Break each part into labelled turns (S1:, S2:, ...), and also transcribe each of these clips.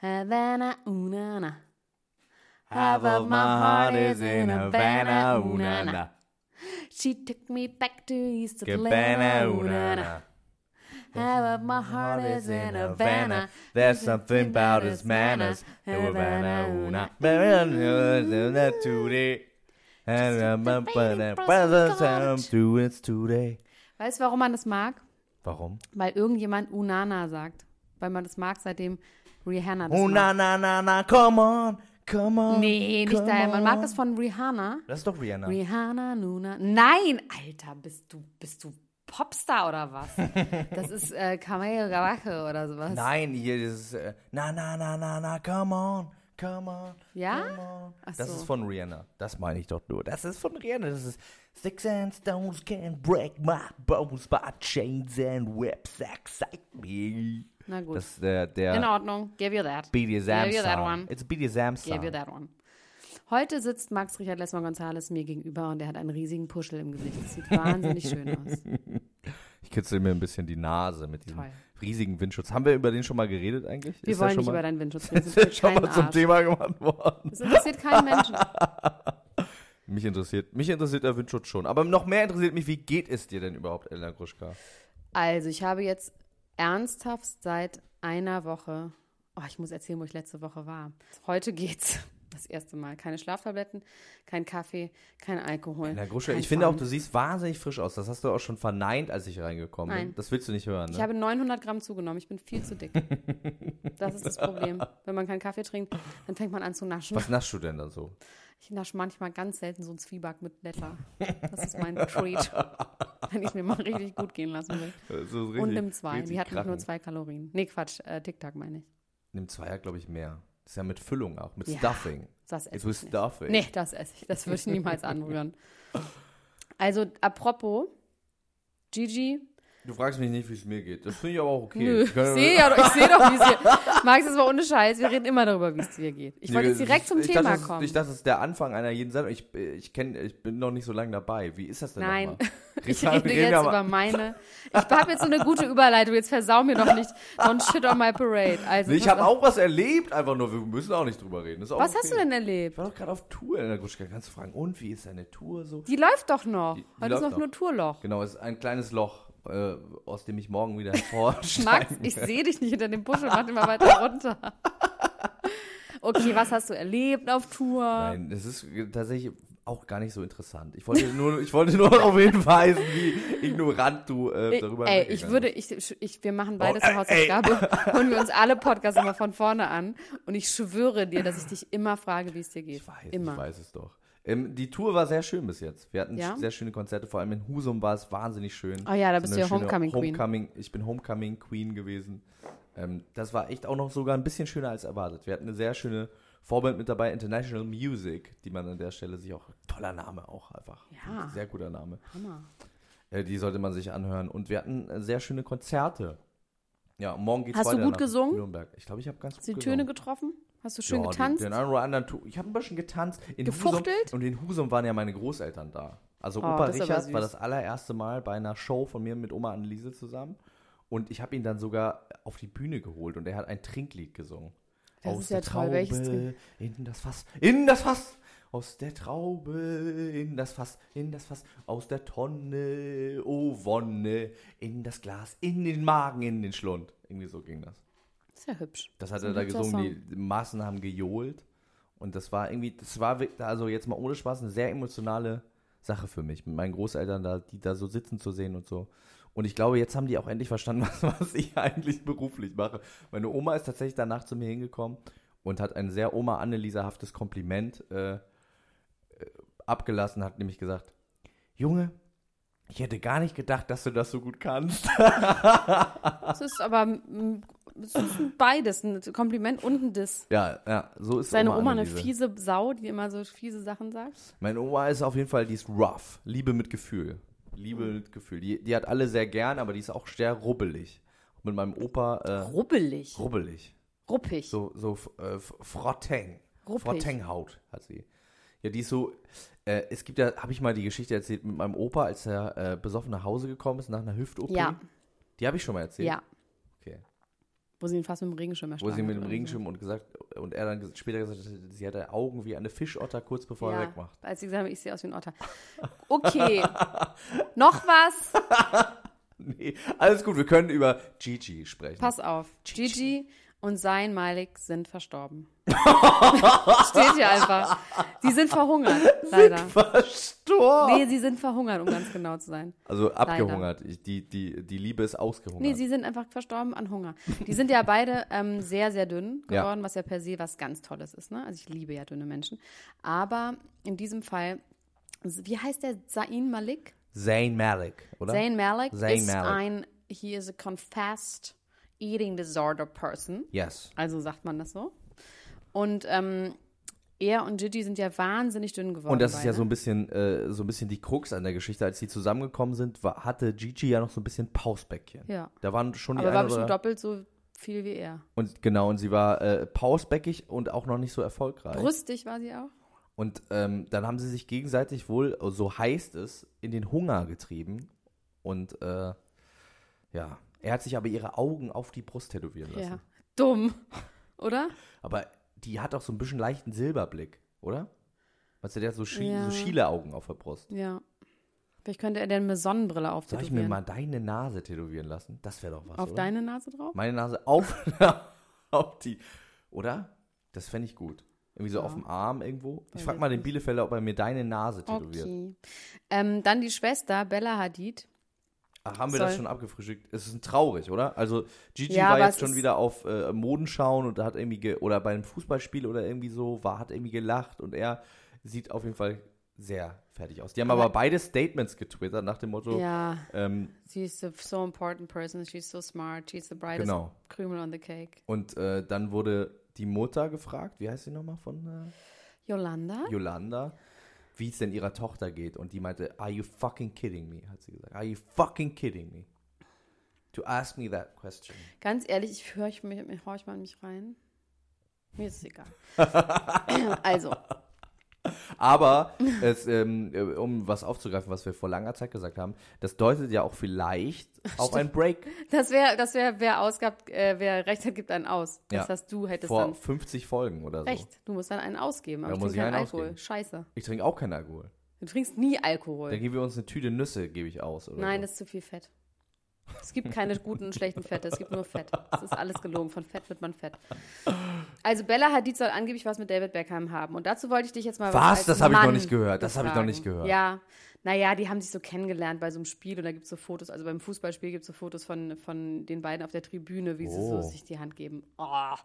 S1: Havana, unana.
S2: Half of my heart is in Havana, ooh na na.
S1: She took me back to East
S2: Cabana, ooh na na.
S1: Half of my heart
S2: Heart is in Havana. There's something about his manners. in Havana, ooh na. Havana, today. And I'm up on that brother's I'm doing it today.
S1: Weißt du, warum man das mag?
S2: Warum?
S1: Weil irgendjemand Unana sagt. Weil man das mag, seitdem Rihanna das
S2: Oh
S1: macht.
S2: na na na na, come on, come on.
S1: Nee, nicht
S2: come
S1: daher. Man mag
S2: on.
S1: das von Rihanna.
S2: Das ist doch Rihanna.
S1: Rihanna, Nuna. Nein, Alter, bist du, bist du Popstar oder was? Das ist äh, Cameo Gavache oder sowas.
S2: Nein, hier ist äh, na na na na na, come on, come on.
S1: Ja?
S2: Come on.
S1: Ach
S2: Das
S1: so.
S2: ist von Rihanna. Das meine ich doch nur. Das ist von Rihanna. Das ist Six and Stones can break my bones, but chains and whips excite me.
S1: Na gut. Genau.
S2: Das ist der, der
S1: In Ordnung. Give you that.
S2: BDSM
S1: Give you that
S2: Song.
S1: one.
S2: It's BDSM
S1: Give you
S2: Song.
S1: that one. Heute sitzt Max Richard Lesmer Gonzales mir gegenüber und er hat einen riesigen Puschel im Gesicht. Das sieht wahnsinnig schön aus.
S2: Ich kitzel mir ein bisschen die Nase mit diesem
S1: Toll.
S2: riesigen Windschutz. Haben wir über den schon mal geredet eigentlich?
S1: Wir
S2: Ist der
S1: wollen
S2: schon
S1: nicht
S2: mal-
S1: über deinen Windschutz reden. Das
S2: Ist der
S1: interessiert
S2: schon
S1: keinen
S2: mal zum
S1: Arsch.
S2: Thema gemacht worden?
S1: Das interessiert keinen Menschen.
S2: Mich interessiert, mich interessiert der Windschutz schon. Aber noch mehr interessiert mich, wie geht es dir denn überhaupt, Elena Gruschka?
S1: Also, ich habe jetzt ernsthaft seit einer Woche, oh, ich muss erzählen, wo ich letzte Woche war. Heute geht's. Das erste Mal. Keine Schlaftabletten, kein Kaffee, kein Alkohol.
S2: Elena Gruschka,
S1: kein
S2: ich finde auch,
S1: Fun.
S2: du siehst wahnsinnig frisch aus. Das hast du auch schon verneint, als ich reingekommen
S1: Nein.
S2: bin. Das willst du nicht hören,
S1: Ich
S2: ne?
S1: habe 900 Gramm zugenommen. Ich bin viel zu dick. Das ist das Problem. Wenn man keinen Kaffee trinkt, dann fängt man an zu naschen.
S2: Was naschst du denn da so?
S1: Ich nasche manchmal ganz selten so einen Zwieback mit Blätter. Das ist mein Treat, wenn ich es mir mal richtig gut gehen lassen will.
S2: So
S1: Und nimm zwei. Die hat nämlich nur zwei Kalorien. Nee, Quatsch, äh, Tic-Tac meine ich.
S2: Nimm zwei, glaube ich, mehr. Das ist ja mit Füllung auch, mit
S1: Ja,
S2: Stuffing.
S1: Das
S2: It's
S1: esse
S2: with
S1: ich nicht.
S2: Stuffing.
S1: Nee, das esse ich. Das würde ich niemals anrühren. Also, apropos, Gigi.
S2: Du fragst mich nicht, wie es mir geht. Das finde ich aber auch okay.
S1: Nö, ich
S2: Können wir-
S1: sehe ja doch, ich seh doch wie es dir Max, das war ohne Scheiß. Wir reden immer darüber, wie es dir geht. Ich wollte
S2: Nee,
S1: jetzt
S2: das
S1: direkt
S2: ist-
S1: zum
S2: ich
S1: Thema
S2: dachte, das ist-
S1: kommen.
S2: Ich dachte, das ist der Anfang einer jeden Sendung. Ich, ich, kenn, ich bin noch nicht so lange dabei. Wie ist das denn
S1: Nein,
S2: nochmal?
S1: ich
S2: Reden
S1: rede
S2: wir
S1: jetzt
S2: mal-
S1: über meine. Ich habe jetzt so eine gute Überleitung. Jetzt versau mir doch nicht. Don't shit on my parade. Also,
S2: Nee, ich
S1: pass
S2: habe
S1: auf.
S2: auch was erlebt, einfach nur, wir müssen auch nicht drüber reden. Ist auch
S1: Was
S2: okay.
S1: hast du denn
S2: Ich
S1: erlebt?
S2: war doch gerade auf Tour in der Gruschka. Kannst du fragen, und wie ist deine Tour so?
S1: Die läuft doch noch.
S2: Die- die
S1: Heute ist
S2: läuft
S1: noch
S2: noch.
S1: nur Tourloch.
S2: Genau, es ist ein kleines Loch, äh, aus dem ich morgen wieder
S1: Max,
S2: hervorsteige.
S1: ich sehe dich nicht hinter dem Buschel. Mach immer weiter runter. Okay, was hast du erlebt auf Tour?
S2: Nein, das ist tatsächlich auch gar nicht so interessant. Ich wollte nur, ich wollte nur darauf hinweisen, wie ignorant du äh,
S1: Ich-
S2: darüber
S1: Ey,
S2: weggegangen
S1: ich würde,
S2: bist.
S1: ich, ich, wir machen beide
S2: Oh,
S1: zur
S2: ey,
S1: Hausaufgabe, holen wir uns alle Podcasts immer von vorne an und ich schwöre dir, dass ich dich immer frage, wie es dir geht.
S2: Ich weiß,
S1: immer.
S2: ich weiß es doch. Ähm, die Tour war sehr schön bis jetzt. Wir hatten
S1: Ja?
S2: sehr schöne Konzerte, vor allem in Husum war es wahnsinnig schön.
S1: Oh ja, da
S2: So
S1: bist
S2: eine
S1: du ja
S2: schöne
S1: Homecoming Queen.
S2: Homecoming, Ich bin Homecoming Queen gewesen. Ähm, das war echt auch noch sogar ein bisschen schöner als erwartet. Wir hatten eine sehr schöne Vorband mit dabei, International Music, die man an der Stelle sich auch, toller Name auch einfach.
S1: Ja.
S2: Sehr guter Name.
S1: Hammer.
S2: Äh, die sollte man sich anhören. Und wir hatten äh, sehr schöne Konzerte. Ja, morgen geht's
S1: Hast du
S2: weiter
S1: gut
S2: nach
S1: gesungen?
S2: Nürnberg. Ich glaube, ich habe ganz
S1: Hast du
S2: gut
S1: die Töne
S2: gesungen.
S1: getroffen? Hast du schön
S2: Genau. Ja,
S1: getanzt?
S2: Den, den einen oder anderen tu ich habe ein bisschen getanzt. In
S1: Gefuchtelt?
S2: Husum, und in Husum waren ja meine Großeltern da. Also
S1: Oh,
S2: Opa
S1: das ist aber
S2: Richard
S1: süß.
S2: war das allererste Mal bei einer Show von mir mit Oma Anneliese zusammen. Und ich habe ihn dann sogar auf die Bühne geholt und er hat ein Trinklied gesungen.
S1: Das
S2: Aus
S1: ist ja
S2: der
S1: toll. Welches
S2: Traube
S1: Trink-
S2: In das Fass. In das Fass. aus der Traube in das Fass, in das Fass, aus der Tonne, oh Wonne, in das Glas, in den Magen, in den Schlund. Irgendwie so ging das.
S3: Sehr hübsch.
S2: Das hat
S3: Ist ein
S2: er da
S3: hübscher
S2: gesungen, die Massen haben gejohlt. Und das war irgendwie, das war wirklich- also jetzt mal ohne Spaß eine sehr emotionale Sache für mich, mit meinen Großeltern da, die da so sitzen zu sehen und so. Und ich glaube, jetzt haben die auch endlich verstanden, was, was ich eigentlich beruflich mache. Meine Oma ist tatsächlich danach zu mir hingekommen und hat ein sehr Oma Anneliesehaftes Kompliment äh, äh, abgelassen, hat nämlich gesagt, Junge, ich hätte gar nicht gedacht, dass du das so gut kannst.
S3: Es ist aber mm, es ist ein beides, ein Kompliment und ein Diss.
S2: ja, ja, so ist
S3: Ist deine Oma eine
S2: Anneliese.
S3: fiese Sau, die immer so fiese Sachen sagt?
S2: Meine Oma ist auf jeden Fall, die ist rough. Liebe mit Gefühl. Liebe
S3: Mhm.
S2: mit Gefühl. Die, die hat alle sehr gern, aber die ist auch sehr rubbelig. Mit meinem Opa äh,
S3: Rubbelig.
S2: rubbelig.
S3: Ruppig.
S2: So, so f- äh, f- Frotteng.
S3: Ruppig.
S2: Frottenghaut hat sie. Ja, die ist so. Äh, es gibt ja, habe ich mal die Geschichte erzählt mit meinem Opa, als er äh, besoffen nach Hause gekommen ist, nach einer Hüft-OP.
S3: Ja.
S2: Die habe ich schon mal erzählt.
S3: Ja.
S2: Okay.
S3: Wo sie ihn fast mit dem Regenschirm
S2: Wo
S3: erschlagen
S2: sie mit
S3: hat
S2: dem
S3: oder
S2: Regenschirm und gesagt, und er dann ges- später gesagt hat, sie hatte Augen wie eine Fischotter kurz
S3: so.
S2: bevor
S3: ja,
S2: er wegmacht.
S3: Als sie gesagt haben, ich sehe aus wie ein Otter. Okay. Noch was?
S2: Nee, alles gut, wir können über Gigi sprechen.
S3: Pass auf. Gigi und sein Malik sind verstorben. Steht hier einfach. Sie sind verhungert, leider.
S2: Verstorben.
S3: Nee, sie sind verhungert, um ganz genau zu sein.
S2: Also abgehungert. Ich, die, die, die Liebe ist ausgehungert.
S3: Nee, sie sind einfach verstorben an Hunger. Die sind ja beide ähm, sehr, sehr dünn
S2: Ja.
S3: geworden, was ja per se was ganz Tolles ist. Ne? Also ich liebe ja dünne Menschen. Aber in diesem Fall, wie heißt der Zain Malik?
S2: Zayn Malik, oder?
S3: Zain Malik
S2: Zayn
S3: ist
S2: Malik.
S3: ein, he is a confessed eating disorder person.
S2: Yes.
S3: Also sagt man das so. Und ähm, er und Gigi sind ja wahnsinnig dünn geworden.
S2: Und das ist ja
S3: beide.
S2: so ein bisschen, äh, so ein bisschen die Krux an der Geschichte. Als die zusammengekommen sind, war, hatte Gigi ja noch so ein bisschen Pausbäckchen.
S3: Ja.
S2: Da waren schon die
S3: Aber
S2: eine
S3: war
S2: oder-
S3: bestimmt doppelt so viel wie er.
S2: Und genau, und sie war äh, pausbäckig und auch noch nicht so erfolgreich.
S3: Brüstig war sie auch.
S2: Und ähm, dann haben sie sich gegenseitig wohl, so heißt es, in den Hunger getrieben. Und äh, ja, er hat sich aber ihre Augen auf die Brust tätowieren lassen.
S3: Ja. Dumm. Oder?
S2: Aber die hat auch so ein bisschen leichten Silberblick, oder? Weißt du, der hat so, Schi
S3: Ja.
S2: so schiele Augen auf der Brust.
S3: Ja. Vielleicht könnte er denn eine Sonnenbrille
S2: Soll ich mir
S3: auftätowieren.
S2: mal deine Nase tätowieren lassen? Das wäre doch was,
S3: Auf
S2: oder?
S3: deine Nase drauf?
S2: Meine Nase auf, auf die, oder? Das fände ich gut. Irgendwie so auf dem Arm irgendwo. Ich frage mal den Bielefeller, ob er mir deine Nase tätowiert.
S3: Okay. Ähm, dann die Schwester, Bella Hadid.
S2: Ach, Ah, haben wir das
S3: Soll-
S2: schon abgefrühstückt? Es ist traurig, oder? Also Gigi
S3: Ja,
S2: war
S3: aber
S2: jetzt
S3: es
S2: schon
S3: ist-
S2: wieder auf äh, Moden schauen und hat irgendwie ge oder bei einem Fußballspiel oder irgendwie so war hat irgendwie gelacht und er sieht auf jeden Fall sehr fertig aus. Die haben aber,
S3: Aber-
S2: beide Statements getwittert nach dem Motto
S3: Ja,
S2: ähm,
S3: sie ist a so important person, she's so smart, she's the brightest
S2: Genau.
S3: Krümel on the cake.
S2: und äh, dann wurde die Mutter gefragt, wie heißt sie nochmal von
S3: Yolanda?
S2: äh, Yolanda, wie es denn ihrer Tochter geht und die meinte, are you fucking kidding me, hat sie gesagt, are you fucking kidding me, to ask me that question.
S3: Ganz ehrlich, ich höre ich mich, ich hör ich mal in mich rein. Mir ist es egal. also,
S2: Aber es, ähm, äh, um was aufzugreifen, was wir vor langer Zeit gesagt haben, das deutet ja auch vielleicht auf ein Break.
S3: das wäre, das wäre, wer ausgabt, äh, wer recht hat, gibt einen aus. Das
S2: Ja.
S3: hast du, hättest
S2: Vor
S3: dann
S2: 50 Folgen oder so.
S3: recht. Du musst dann einen ausgeben, aber
S2: Ja,
S3: ich
S2: muss
S3: trinke
S2: ich
S3: keinen
S2: einen
S3: Alkohol.
S2: ausgeben.
S3: Scheiße.
S2: Ich trinke auch keinen Alkohol.
S3: Du trinkst nie
S2: Dann
S3: Alkohol.
S2: geben wir uns eine Tüte Nüsse, gebe ich aus. Oder
S3: Nein,
S2: so.
S3: das ist zu viel Fett. Es gibt keine guten und schlechten Fette, es gibt nur Fett. Es ist alles gelogen. Von Fett wird man fett. Also Bella Hadid soll angeblich was mit David Beckham haben. Und dazu wollte ich dich jetzt mal
S2: Was?
S3: als
S2: Das habe ich noch
S3: Mann
S2: nicht gehört. Das habe ich noch
S3: befragen.
S2: nicht gehört.
S3: Ja. Naja, die haben sich so kennengelernt bei so einem Spiel und da gibt es so Fotos, also beim Fußballspiel gibt es so Fotos von, von den beiden auf der Tribüne, wie
S2: Oh.
S3: sie so sich die Hand geben. Oh.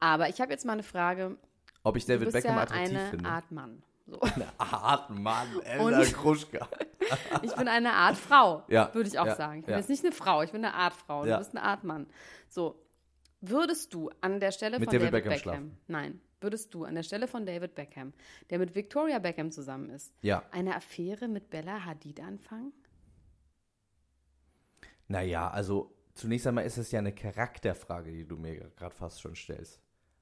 S3: Aber ich habe jetzt mal eine Frage.
S2: Ob ich
S3: Du
S2: David
S3: bist
S2: Beckham
S3: ja
S2: attraktiv
S3: eine
S2: finde?
S3: Art Mann. So.
S2: Eine Art Mann, Ella
S3: Und-
S2: Kruschka.
S3: Ich bin eine Art Frau,
S2: Ja,
S3: würde ich auch
S2: ja,
S3: sagen. Ich bin
S2: ja.
S3: jetzt nicht eine Frau, ich bin eine Art Frau. und
S2: Ja.
S3: Du bist eine Art Mann. So, würdest du an der Stelle
S2: Mit
S3: von
S2: David
S3: David,
S2: Beckham
S3: Beckham,
S2: schlafen?
S3: nein, würdest du an der Stelle von David Beckham, der mit Victoria Beckham zusammen ist,
S2: Ja.
S3: eine Affäre mit Bella Hadid anfangen?
S2: Naja, also zunächst einmal ist es ja eine Charakterfrage, die du mir gerade fast schon stellst.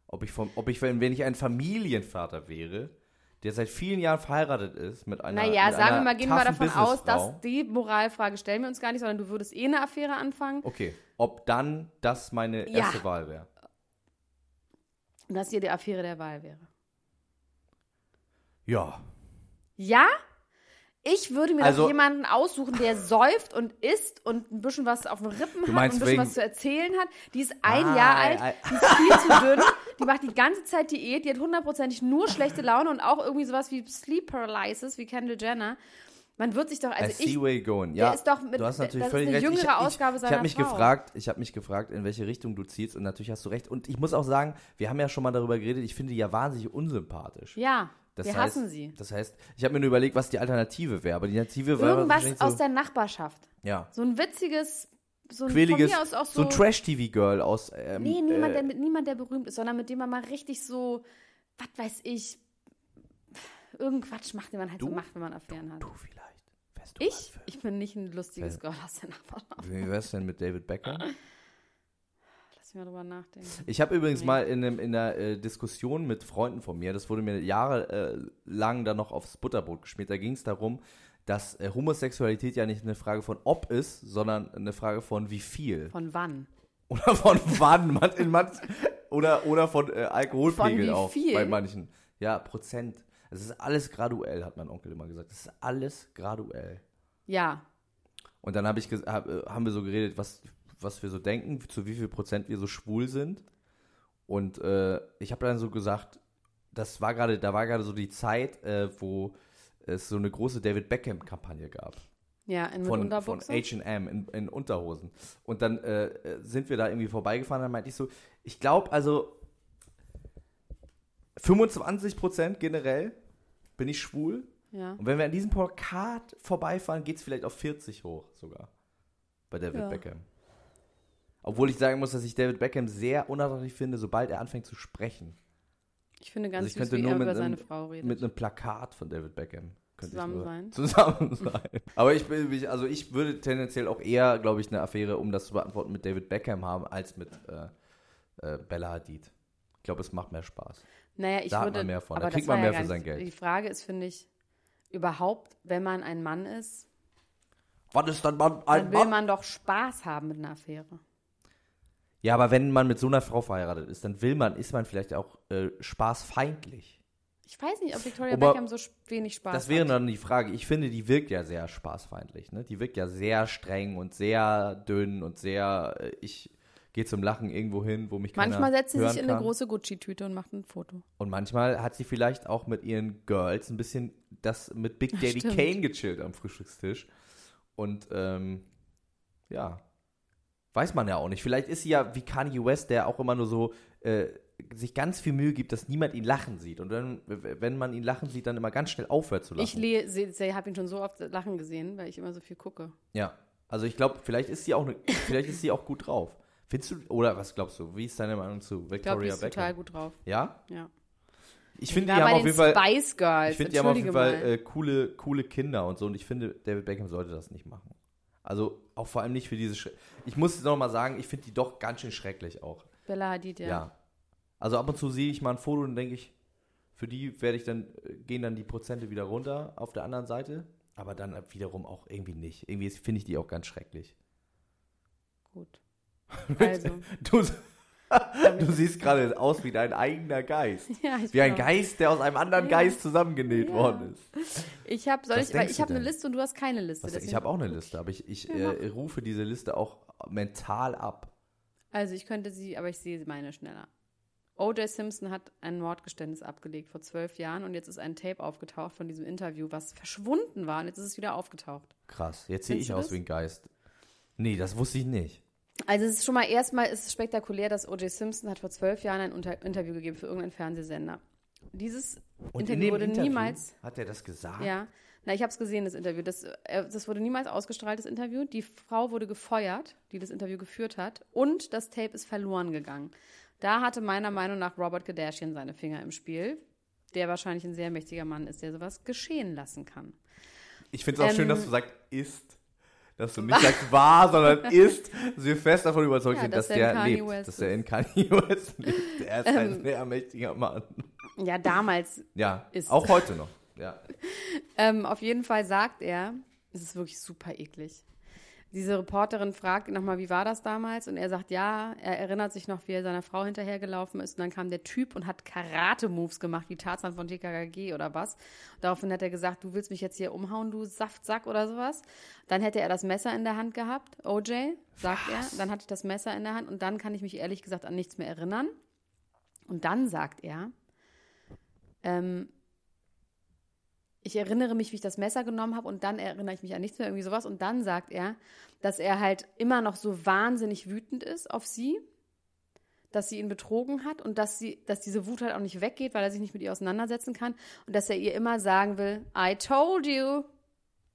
S2: Ob ich, vom, ob ich, wenn wenn ich ein Familienvater wäre, der seit vielen Jahren verheiratet ist mit einer.
S3: Naja,
S2: mit
S3: sagen
S2: einer
S3: wir mal, gehen wir mal
S2: taffen
S3: davon aus,
S2: Businessfrau.
S3: dass die Moralfrage stellen wir uns gar nicht, sondern du würdest eh eine Affäre anfangen
S2: Okay, ob dann das meine
S3: Ja.
S2: erste Wahl wäre.
S3: und dass ihr die Affäre der Wahl wäre.
S2: Ja.
S3: Ja? Ich würde mir
S2: Also-
S3: doch jemanden aussuchen, der säuft und isst und ein bisschen was auf den Rippen hat und ein
S2: meinst
S3: bisschen
S2: wegen-
S3: was zu erzählen hat. Die ist ein
S2: Ah,
S3: Jahr
S2: ei,
S3: alt,
S2: ei.
S3: die ist viel zu dünn, die macht die ganze Zeit Diät, die hat hundertprozentig nur schlechte Laune und auch irgendwie sowas wie Sleep Paralysis, wie Kendall Jenner. Man wird sich doch,
S2: I
S3: also
S2: see
S3: ich,
S2: where you're going. Ja,
S3: ist doch mit-
S2: du hast natürlich
S3: das ist
S2: völlig
S3: eine
S2: recht.
S3: jüngere
S2: ich, ich,
S3: Ausgabe
S2: ich
S3: seiner
S2: habe mich
S3: Frau.
S2: gefragt, ich habe mich gefragt, in welche Richtung du ziehst und natürlich hast du recht. Und ich muss auch sagen, wir haben ja schon mal darüber geredet. Ich finde die ja wahnsinnig unsympathisch.
S3: ja,
S2: Das
S3: wir
S2: heißt,
S3: hassen sie.
S2: Das heißt, ich habe mir nur überlegt, was die Alternative wäre. Aber die Alternative wäre wahrscheinlich
S3: Irgendwas
S2: so,
S3: aus der Nachbarschaft.
S2: ja,
S3: So ein witziges, so ein
S2: quäliges,
S3: von mir aus auch
S2: so,
S3: so,
S2: ein Trash-TV-Girl aus. Ähm,
S3: Nee, niemand,
S2: äh,
S3: der, mit niemand, der berühmt ist, sondern mit dem man mal richtig so, was weiß ich, irgendeinen Quatsch macht, den man halt so
S2: Du?
S3: macht, wenn man Affären hat.
S2: du vielleicht. Wärst du
S3: Ich?
S2: mal
S3: Ich bin nicht ein lustiges
S2: Wer-
S3: Girl aus der Nachbarschaft.
S2: für- Wie wär's denn mit David Beckham?
S3: Lass mich mal drüber nachdenken.
S2: Ich habe übrigens
S3: Nee.
S2: mal in, einem, in einer äh, Diskussion mit Freunden von mir, das wurde mir jahrelang äh, lang dann noch aufs Butterbrot geschmiert, da ging es darum, dass äh, Homosexualität ja nicht eine Frage von ob ist, sondern eine Frage von wie viel.
S3: Von wann?
S2: Oder von wann. Man, in manch, oder, oder von äh, Alkoholpegel
S3: Von wie
S2: auch
S3: viel?
S2: bei manchen. Ja, Prozent. Es ist alles graduell, hat mein Onkel immer gesagt. Es ist alles graduell.
S3: Ja.
S2: Und dann hab ich ges- hab, äh, haben wir so geredet, was, was wir so denken, zu wie viel Prozent wir so schwul sind. Und äh, ich habe dann so gesagt, das war gerade, da war gerade so die Zeit, äh, wo es so eine große David Beckham-Kampagne gab
S3: Ja, in mit
S2: von, von
S3: Unterbuchsen.
S2: H&M in, in Unterhosen. Und dann äh, äh, sind wir da irgendwie vorbeigefahren, dann meinte ich so, ich glaube also 25% generell bin ich schwul.
S3: Ja.
S2: Und wenn wir an diesem Plakat vorbeifahren, geht es vielleicht auf 40 hoch sogar. Bei David
S3: Ja.
S2: Beckham. Obwohl ich sagen muss, dass ich David Beckham sehr unattraktiv finde, sobald er anfängt zu sprechen.
S3: Ich finde
S2: Also
S3: ganz
S2: ich
S3: süß,
S2: könnte
S3: wie
S2: nur
S3: er
S2: mit
S3: über seine
S2: einem-
S3: Frau redet.
S2: Mit einem Plakat von David Beckham. Könnte
S3: Zusammen
S2: ich nur,
S3: sein.
S2: Zusammen sein. Aber ich, bin, ich, also ich würde tendenziell auch eher, glaube ich, eine Affäre, um das zu beantworten, mit David Beckham haben, als mit äh, äh, Bella Hadid. Ich glaube, es macht mehr Spaß.
S3: Naja, ich
S2: Da hat
S3: würde,
S2: man mehr von. Da
S3: Aber das
S2: kriegt man
S3: war
S2: mehr
S3: ja
S2: für
S3: gar
S2: sein
S3: nicht-
S2: Geld.
S3: Die Frage ist, finde ich, überhaupt, wenn man ein Mann ist,
S2: Wann ist dann man
S3: dann
S2: ein
S3: will
S2: Mann?
S3: man doch Spaß haben mit einer Affäre.
S2: Ja, aber wenn man mit so einer Frau verheiratet ist, dann will man, ist man vielleicht auch äh, spaßfeindlich.
S3: Ich weiß nicht, ob Victoria
S2: Aber
S3: Beckham so sch- wenig Spaß
S2: Das wäre
S3: hat.
S2: dann die Frage. Ich finde, die wirkt ja sehr spaßfeindlich. Ne? Die wirkt ja sehr streng und sehr dünn und sehr, äh, ich gehe zum Lachen irgendwo hin, wo mich keiner
S3: Manchmal setzt sie
S2: hören
S3: sich in eine
S2: kann.
S3: große Gucci-Tüte und macht ein Foto.
S2: Und manchmal hat sie vielleicht auch mit ihren Girls ein bisschen das mit Big Daddy
S3: Stimmt.
S2: Kane gechillt am Frühstückstisch. Und ähm, ja, weiß man ja auch nicht. Vielleicht ist sie ja wie Kanye West, der auch immer nur so äh, sich ganz viel Mühe gibt, dass niemand ihn lachen sieht. Und wenn, wenn man ihn lachen sieht, dann immer ganz schnell aufhört zu lachen.
S3: Ich le- se- se- habe ihn schon so oft lachen gesehen, weil ich immer so viel gucke.
S2: Ja, also ich glaube, vielleicht ist sie auch ne, vielleicht ist sie auch gut drauf. Findest du oder was glaubst du? Wie ist deine Meinung zu
S3: Ich glaube, die
S2: Victoria
S3: ist total
S2: Beckham?
S3: gut drauf.
S2: Ja,
S3: Ja.
S2: ich finde, die
S3: Da bei
S2: haben auf
S3: den
S2: jeden Fall,
S3: Spice Girls.
S2: ich finde, die haben auf jeden Fall
S3: entschuldige
S2: äh, coole, coole Kinder und so. Und ich finde, David Beckham sollte das nicht machen. Also auch vor allem nicht für diese. Schre ich muss noch mal sagen, ich finde die doch ganz schön schrecklich auch.
S3: mal. Bella Hadid, ja.
S2: Ja. Also ab und zu sehe ich mal ein Foto und denke ich, für die werde ich dann, äh, gehen dann die Prozente wieder runter auf der anderen Seite. Aber dann wiederum auch irgendwie nicht. Irgendwie finde ich die auch ganz schrecklich.
S3: Gut. Also,
S2: Du, du siehst gerade aus wie dein eigener Geist.
S3: ja, ich
S2: Wie ein
S3: bin auch-
S2: Geist, der aus einem anderen
S3: Ja.
S2: Geist zusammengenäht
S3: Ja.
S2: worden ist.
S3: Ich habe soll
S2: Was
S3: ich, weil
S2: denkst
S3: ich
S2: du
S3: habe eine
S2: denn?
S3: Liste und du hast keine Liste.
S2: Was, ich
S3: deswegen-
S2: habe auch eine Liste, aber ich, ich äh, rufe diese Liste auch mental ab.
S3: Also, ich könnte sie, aber ich sehe meine schneller. O.J. Simpson hat ein Mordgeständnis abgelegt vor zwölf Jahren und jetzt ist ein Tape aufgetaucht von diesem Interview, was verschwunden war und jetzt ist es wieder aufgetaucht.
S2: Krass, jetzt sehe
S3: Findest
S2: ich
S3: du
S2: aus
S3: das?
S2: wie ein Geist. Nee, das wusste ich nicht.
S3: Also es ist schon mal erstmal ist es spektakulär, dass O.J. Simpson hat vor zwölf Jahren ein Unter Interview gegeben für irgendeinen Fernsehsender. Dieses
S2: Und in
S3: Interview
S2: dem
S3: wurde
S2: Interview
S3: niemals,
S2: Hat er das gesagt?
S3: ja, na ich habe es gesehen, das Interview, das, äh, das wurde niemals ausgestrahlt, das Interview. Die Frau wurde gefeuert, die das Interview geführt hat, und das Tape ist verloren gegangen. Da hatte meiner Meinung nach Robert Kardashian seine Finger im Spiel, der wahrscheinlich ein sehr mächtiger Mann ist, der sowas geschehen lassen kann.
S2: Ich finde es auch
S3: Ähm,
S2: schön, dass du sagst, ist. Dass du nicht sagst war, sondern ist. Dass wir fest davon überzeugt
S3: Ja,
S2: sind, dass,
S3: dass er in
S2: der
S3: Kanye
S2: lebt.
S3: West Ähm.
S2: dass er in Kanye West lebt. Er ist ein sehr mächtiger Mann.
S3: Ja, damals
S2: Ja,
S3: Ist.
S2: auch heute noch. Ja.
S3: Ähm, auf jeden Fall sagt er, es ist wirklich super eklig. Diese Reporterin fragt nochmal, wie war das damals? Und er sagt, ja, er erinnert sich noch, wie er seiner Frau hinterhergelaufen ist. Und dann kam der Typ und hat Karate-Moves gemacht, wie Tarzan von TKKG oder was. Daraufhin hat er gesagt, du willst mich jetzt hier umhauen, du Saftsack oder sowas. Dann hätte er das Messer in der Hand gehabt, OJ, sagt er. Dann hatte ich das Messer in der Hand und dann kann ich mich ehrlich gesagt an nichts mehr erinnern. Und dann sagt er, ähm, ich erinnere mich, wie ich das Messer genommen habe und dann erinnere ich mich an nichts mehr, irgendwie sowas. Und dann sagt er, dass er halt immer noch so wahnsinnig wütend ist auf sie, dass sie ihn betrogen hat und dass, sie, dass diese Wut halt auch nicht weggeht, weil er sich nicht mit ihr auseinandersetzen kann und dass er ihr immer sagen will, I told you,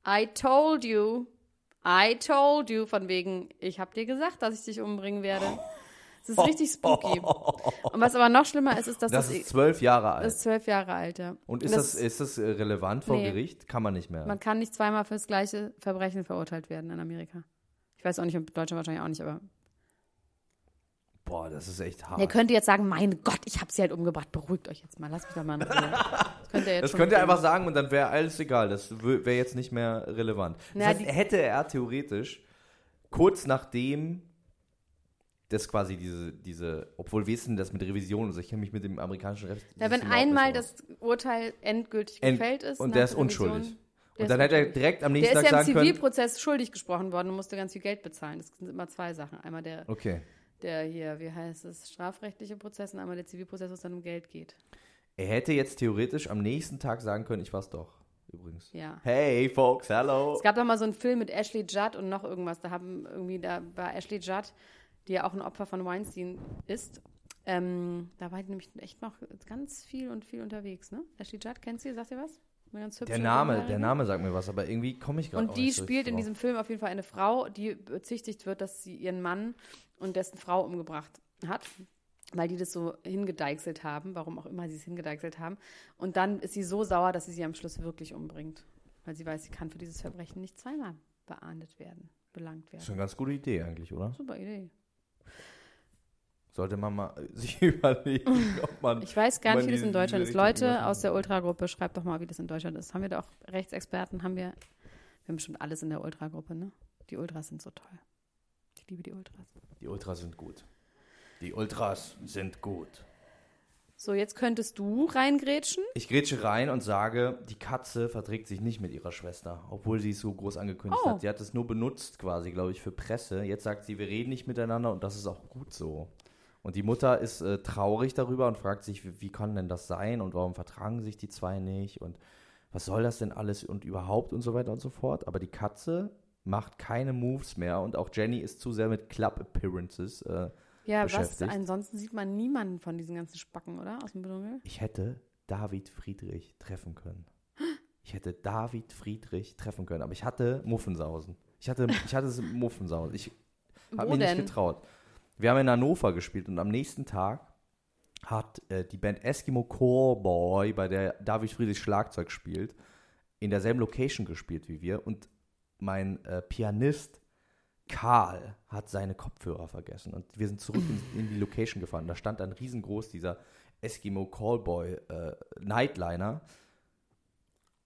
S3: I told you, I told you, von wegen, ich habe dir gesagt, dass ich dich umbringen werde. Es ist richtig spooky. Und was aber noch schlimmer ist, ist, dass
S2: Das ist zwölf Jahre alt.
S3: eh- das ist zwölf Jahre alt. Ja.
S2: und ist das, ist das äh, relevant vor
S3: Nee.
S2: Gericht? Kann man nicht mehr.
S3: Man kann nicht zweimal fürs gleiche Verbrechen verurteilt werden in Amerika. Ich weiß auch nicht, in Deutschland wahrscheinlich auch nicht, aber.
S2: Boah, das ist echt
S3: Der
S2: hart.
S3: könnte jetzt sagen, mein Gott, ich habe sie halt umgebracht. Beruhigt euch jetzt mal, lasst mich doch mal in Ruhe. Das könnte er jetzt
S2: Das
S3: schon
S2: könnt ihr
S3: mitnehmen.
S2: einfach sagen und dann wäre alles egal. Das wäre jetzt nicht mehr relevant. Das
S3: Na,
S2: heißt,
S3: die-
S2: hätte er theoretisch kurz nachdem das quasi diese, diese, obwohl wir wissen, das mit Revision, also ich kenne mich mit dem amerikanischen Recht.
S3: Ja, wenn
S2: System überhaupt
S3: einmal
S2: nicht aus.
S3: das Urteil endgültig
S2: Ent-
S3: gefällt ist.
S2: Und
S3: nach
S2: der ist
S3: der Revision- der
S2: unschuldig. Und
S3: ist
S2: dann hätte er
S3: unschuldig.
S2: direkt am
S3: Der
S2: nächsten
S3: ist
S2: Tag
S3: ja im
S2: sagen können.
S3: Zivilprozess schuldig gesprochen worden und musste ganz viel Geld bezahlen. Das sind immer zwei Sachen. Einmal der,
S2: Okay.
S3: der hier, wie heißt es, strafrechtliche Prozess und einmal der Zivilprozess, wo es dann um Geld geht.
S2: Er hätte jetzt theoretisch am nächsten Tag sagen können, ich war's doch. Übrigens.
S3: Ja.
S2: Hey, folks, hello.
S3: Es gab doch mal so einen Film mit Ashley Judd und noch irgendwas. Da haben irgendwie, da war Ashley Judd, die ja auch ein Opfer von Weinstein ist. Ähm, da war die nämlich echt noch ganz viel und viel unterwegs, ne? Ashley Judd, kennst du sie? Sagt ihr was? Eine ganz hübsche
S2: Der Name, der
S3: Blondhaarige.
S2: Name sagt mir was, aber irgendwie komme ich gerade auch
S3: Und die
S2: nicht so richtig
S3: spielt in
S2: drauf.
S3: diesem Film auf jeden Fall eine Frau, die bezichtigt wird, dass sie ihren Mann und dessen Frau umgebracht hat, weil die das so hingedeichselt haben, warum auch immer sie es hingedeichselt haben. Und dann ist sie so sauer, dass sie sie am Schluss wirklich umbringt, weil sie weiß, sie kann für dieses Verbrechen nicht zweimal beahndet werden, belangt
S2: Das
S3: werden.
S2: ist eine ganz gute Idee eigentlich, oder?
S3: Super Idee.
S2: Sollte man mal sich überlegen, ob man.
S3: Ich weiß gar
S2: ob
S3: nicht,
S2: man
S3: wie das in
S2: diese-
S3: Deutschland
S2: diese
S3: ist.
S2: Richtung
S3: Leute
S2: öffnet.
S3: aus der Ultragruppe, schreibt doch mal, wie das in Deutschland ist. Haben wir da auch Rechtsexperten? Haben wir, wir haben bestimmt alles in der Ultragruppe, ne? Die Ultras sind so toll. Ich liebe die Ultras.
S2: Die Ultras sind gut. Die Ultras sind gut.
S3: So, jetzt könntest du reingrätschen.
S2: Ich grätsche rein und sage, die Katze verträgt sich nicht mit ihrer Schwester, obwohl sie es so groß angekündigt
S3: Oh.
S2: hat. Sie hat es nur benutzt quasi, glaube ich, für Presse. Jetzt sagt sie, wir reden nicht miteinander und das ist auch gut so. Und die Mutter ist äh, traurig darüber und fragt sich, wie, wie kann denn das sein und warum vertragen sich die zwei nicht und was soll das denn alles und überhaupt und so weiter und so fort. Aber die Katze macht keine Moves mehr und auch Jenny ist zu sehr mit Club-Appearances. Äh,
S3: Ja, was?
S2: beschäftigt.
S3: Ansonsten sieht man niemanden von diesen ganzen Spacken, oder? Aus dem Dschungel.
S2: Ich hätte David Friedrich treffen können. Ich hätte David Friedrich treffen können, aber ich hatte Muffensausen. Ich hatte, ich hatte es Muffensausen. Ich habe
S3: Wo
S2: mich nicht
S3: denn?
S2: getraut. Wir haben in Hannover gespielt und am nächsten Tag hat äh, die Band Eskimo Cowboy, bei der David Friedrich Schlagzeug spielt, in derselben Location gespielt wie wir und mein äh, Pianist Karl hat seine Kopfhörer vergessen und wir sind zurück in, in die Location gefahren. Da stand dann riesengroß dieser Eskimo Callboy äh, Nightliner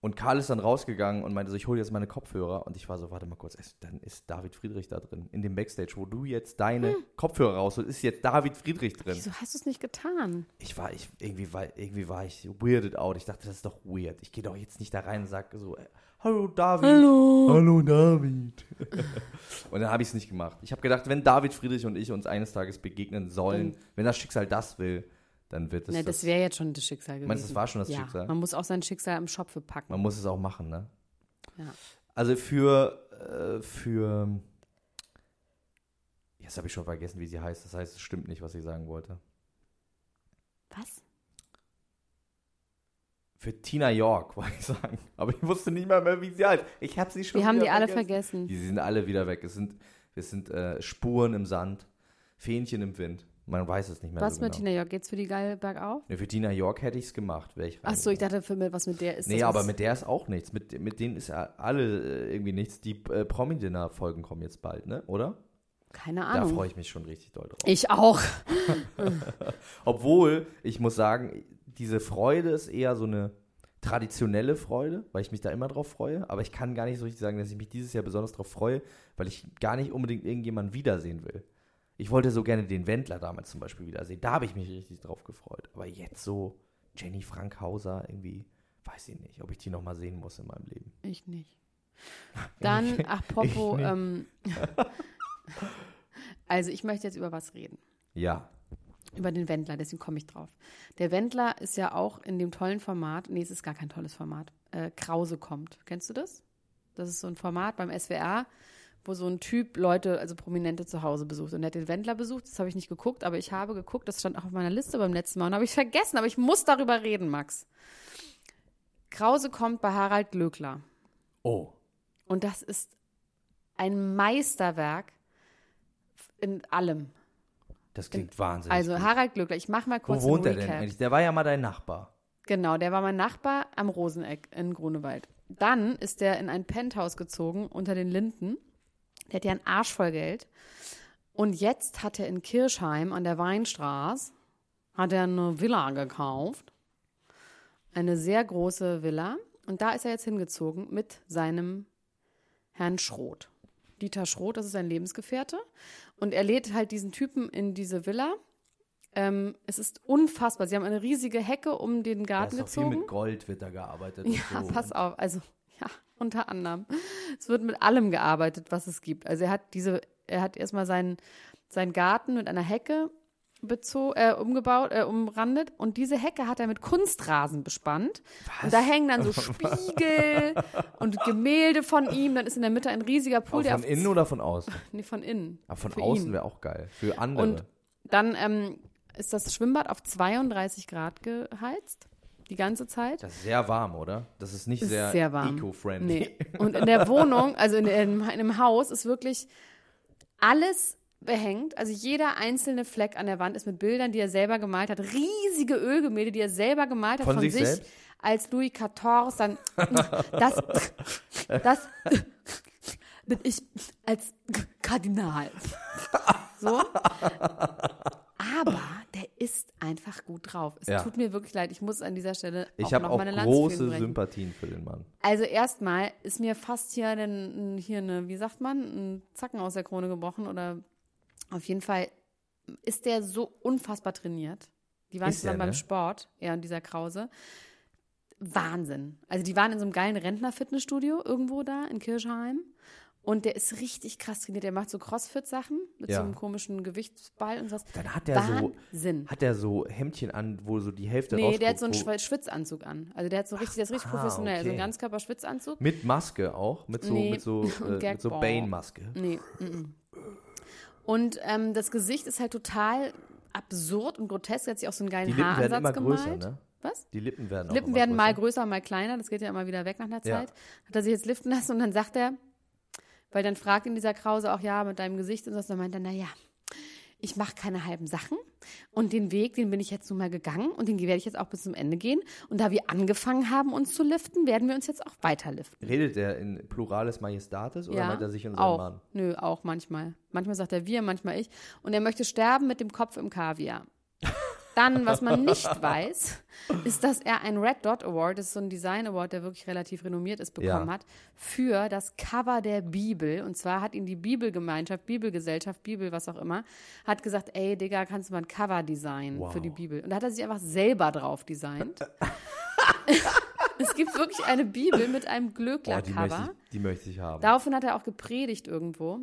S2: und Karl ist dann rausgegangen und meinte so, ich hole jetzt meine Kopfhörer und ich war so, warte mal kurz, es- dann ist David Friedrich da drin in dem Backstage, wo du jetzt deine Kopfhörer rausholst, ist jetzt David Friedrich drin
S3: Wieso hast du es nicht getan?
S2: ich war, ich, irgendwie war, irgendwie war ich weirded out. Ich dachte, das ist doch weird. Ich gehe doch jetzt nicht da rein und sage so, äh, hallo David. Hallo. Hallo David. und dann habe ich es nicht gemacht. Ich habe gedacht, wenn David Friedrich und ich uns eines Tages begegnen sollen, wenn das Schicksal das will, dann wird es
S3: Ne,
S2: das.
S3: das wäre jetzt schon das Schicksal gewesen.
S2: Meinst du, das war schon das
S3: ja,
S2: Schicksal?
S3: Man muss auch sein Schicksal im Schopfe packen.
S2: Man muss es auch machen, ne?
S3: Ja.
S2: Also für, äh, für, jetzt habe ich schon vergessen, wie sie heißt. Das heißt, es stimmt nicht, was ich sagen wollte.
S3: Was?
S2: Für Tina York, wollte ich sagen. Aber ich wusste nicht mal mehr, wie sie heißt. Ich habe sie schon
S3: Wir haben
S2: wieder
S3: die alle
S2: vergessen.
S3: vergessen.
S2: Die sind alle wieder weg. Es sind, es sind äh, Spuren im Sand, Fähnchen im Wind. Man weiß es nicht mehr
S3: Was
S2: so
S3: mit
S2: genau.
S3: Tina York? Geht's für die geil bergauf?
S2: Nee, für Tina York hätte ich es gemacht. Wär ich
S3: Ach so, ich
S2: reingegangen.
S3: dachte, für mit, was mit der ist.
S2: Nee,
S3: das
S2: aber
S3: was-
S2: mit der ist auch nichts. Mit, mit denen ist ja alle äh, irgendwie nichts. Die äh, Promi-Dinner-Folgen kommen jetzt bald, ne? Oder?
S3: Keine
S2: Da
S3: Ahnung.
S2: freue ich mich schon richtig doll drauf.
S3: Ich auch.
S2: Obwohl, ich muss sagen, diese Freude ist eher so eine traditionelle Freude, weil ich mich da immer drauf freue. Aber ich kann gar nicht so richtig sagen, dass ich mich dieses Jahr besonders drauf freue, weil ich gar nicht unbedingt irgendjemanden wiedersehen will. Ich wollte so gerne den Wendler damals zum Beispiel wiedersehen. Da habe ich mich richtig drauf gefreut. Aber jetzt so Jenny Frankhauser irgendwie, weiß ich nicht, ob ich die nochmal sehen muss in meinem Leben.
S3: Ich nicht. Dann, ach Popo,
S2: nicht.
S3: ähm, also ich möchte jetzt über was reden.
S2: Ja.
S3: Über den Wendler, deswegen komme ich drauf. Der Wendler ist ja auch in dem tollen Format, nee, es ist gar kein tolles Format, äh, Krause kommt. Kennst du das? Das ist so ein Format beim SWR, wo so ein Typ Leute, also Prominente zu Hause besucht. Und der hat den Wendler besucht, das habe ich nicht geguckt, aber ich habe geguckt, das stand auch auf meiner Liste beim letzten Mal und habe ich vergessen, aber ich muss darüber reden, Max. Krause kommt bei Harald Glöckler.
S2: Oh.
S3: Und das ist ein Meisterwerk in allem.
S2: Das klingt wahnsinnig.
S3: Also
S2: gut.
S3: Harald Glöckler, ich mach mal
S2: Wo
S3: kurz
S2: wohnt er
S3: einen
S2: denn
S3: Recap.
S2: eigentlich? Der war ja mal dein Nachbar.
S3: Genau, der war mein Nachbar am Roseneck in Grunewald. Dann ist der in ein Penthouse gezogen unter den Linden. Der hat ja einen Arsch voll Geld. Und jetzt hat er in Kirchheim an der Weinstraße hat er eine Villa gekauft. Eine sehr große Villa. Und da ist er jetzt hingezogen mit seinem Herrn Schroth. Dieter Schroth, das ist sein Lebensgefährte. Und er lädt halt diesen Typen in diese Villa. Ähm, es ist unfassbar. Sie haben eine riesige Hecke um den
S2: Da
S3: Garten
S2: ist doch viel
S3: gezogen.
S2: mit Gold, wird da gearbeitet.
S3: Ja,
S2: und so.
S3: pass auf. Also, ja, unter anderem. Es wird mit allem gearbeitet, was es gibt. Also er hat diese, er hat erstmal seinen, seinen Garten mit einer Hecke bezo äh, umgebaut, äh, umrandet und diese Hecke hat er mit Kunstrasen bespannt. Und da hängen dann so Spiegel und Gemälde von ihm. Dann ist in der Mitte ein riesiger Pool,
S2: Aber
S3: der
S2: von
S3: auf
S2: innen oder von außen?
S3: Nee, von innen.
S2: Aber von
S3: Für
S2: außen
S3: ihn.
S2: wäre auch geil. Für andere.
S3: Und dann ähm, ist das Schwimmbad auf 32 Grad geheizt, die ganze Zeit.
S2: das ist sehr warm, oder? Das ist nicht
S3: Ist
S2: sehr,
S3: sehr warm.
S2: eco-friendly.
S3: Nee. Und in der Wohnung, also in, in, in einem Haus, ist wirklich alles behängt. Also jeder einzelne Fleck an der Wand ist mit Bildern, die er selber gemalt hat. Riesige Ölgemälde, die er selber gemalt hat
S2: Von
S3: von,
S2: sich
S3: sich.
S2: selbst?
S3: als Louis XIV, dann das, das bin ich als Kardinal. So. Aber der ist einfach gut drauf. Es
S2: Ja.
S3: tut mir wirklich leid. Ich muss an dieser Stelle auch
S2: Ich habe
S3: noch
S2: auch
S3: meine Lanze für ihn
S2: große
S3: brechen.
S2: Sympathien für den Mann.
S3: Also erstmal ist mir fast hier, denn, hier eine, wie sagt man, ein Zacken aus der Krone gebrochen oder auf jeden Fall ist der so unfassbar trainiert. Die waren
S2: Ist
S3: zusammen
S2: der,
S3: beim
S2: ne?
S3: Sport, er und dieser Krause. Wahnsinn. Also die waren in so einem geilen Rentner-Fitnessstudio irgendwo da in Kirchheim. Und der ist richtig krass trainiert. Der macht so Crossfit-Sachen mit
S2: Ja.
S3: so einem komischen Gewichtsball und was.
S2: Dann hat der so-
S3: Wahnsinn.
S2: Hat der so Hemdchen an, wo so die Hälfte
S3: nee, der hat so einen
S2: rausguckt, wo-
S3: Schwe- Schwitzanzug an. Also der hat so richtig, der ist richtig
S2: ah,
S3: professionell. So
S2: okay.
S3: ein Ganzkörper-Schwitzanzug.
S2: Mit Maske auch. Mit so,
S3: Nee,
S2: mit so,
S3: und
S2: äh, mit so
S3: Gagball.
S2: Bane-Maske.
S3: Nee. mhm. Und ähm, das Gesicht ist halt total absurd und grotesk. Er hat sich auch so einen geilen
S2: Die Lippen
S3: Haaransatz
S2: werden immer
S3: gemalt.
S2: größer, ne?
S3: Was?
S2: Die Lippen werden auch
S3: Lippen
S2: immer
S3: werden
S2: größer.
S3: mal größer, mal kleiner. Das geht ja immer wieder weg nach einer
S2: Ja.
S3: Zeit. Hat er sich jetzt liften lassen und dann sagt er, weil dann fragt ihn dieser Krause auch, ja, mit deinem Gesicht und so. Und dann meint er, naja, ich mache keine halben Sachen. Und den Weg, den bin ich jetzt nun mal gegangen und den werde ich jetzt auch bis zum Ende gehen. Und da wir angefangen haben, uns zu liften, werden wir uns jetzt auch weiter liften.
S2: Redet er in Plurales Majestatis oder meint er sich und seinen
S3: auch.
S2: Mann?
S3: Nö, auch manchmal. Manchmal sagt er wir, manchmal ich. Und er möchte sterben mit dem Kopf im Kaviar. Dann, was man nicht weiß, ist, dass er einen Red Dot Award, das ist so ein Design Award, der wirklich relativ renommiert ist, bekommen
S2: Ja.
S3: hat, für das Cover der Bibel. Und zwar hat ihn die Bibelgemeinschaft, Bibelgesellschaft, Bibel, was auch immer, hat gesagt, ey, Digga, kannst du mal ein Cover designen für die Bibel? Und da hat er sich einfach selber drauf designt. es gibt wirklich eine Bibel mit einem
S2: Boah, die, möchte
S3: Glöckler-Cover.
S2: ich, die möchte ich haben.
S3: Daraufhin hat er auch gepredigt irgendwo.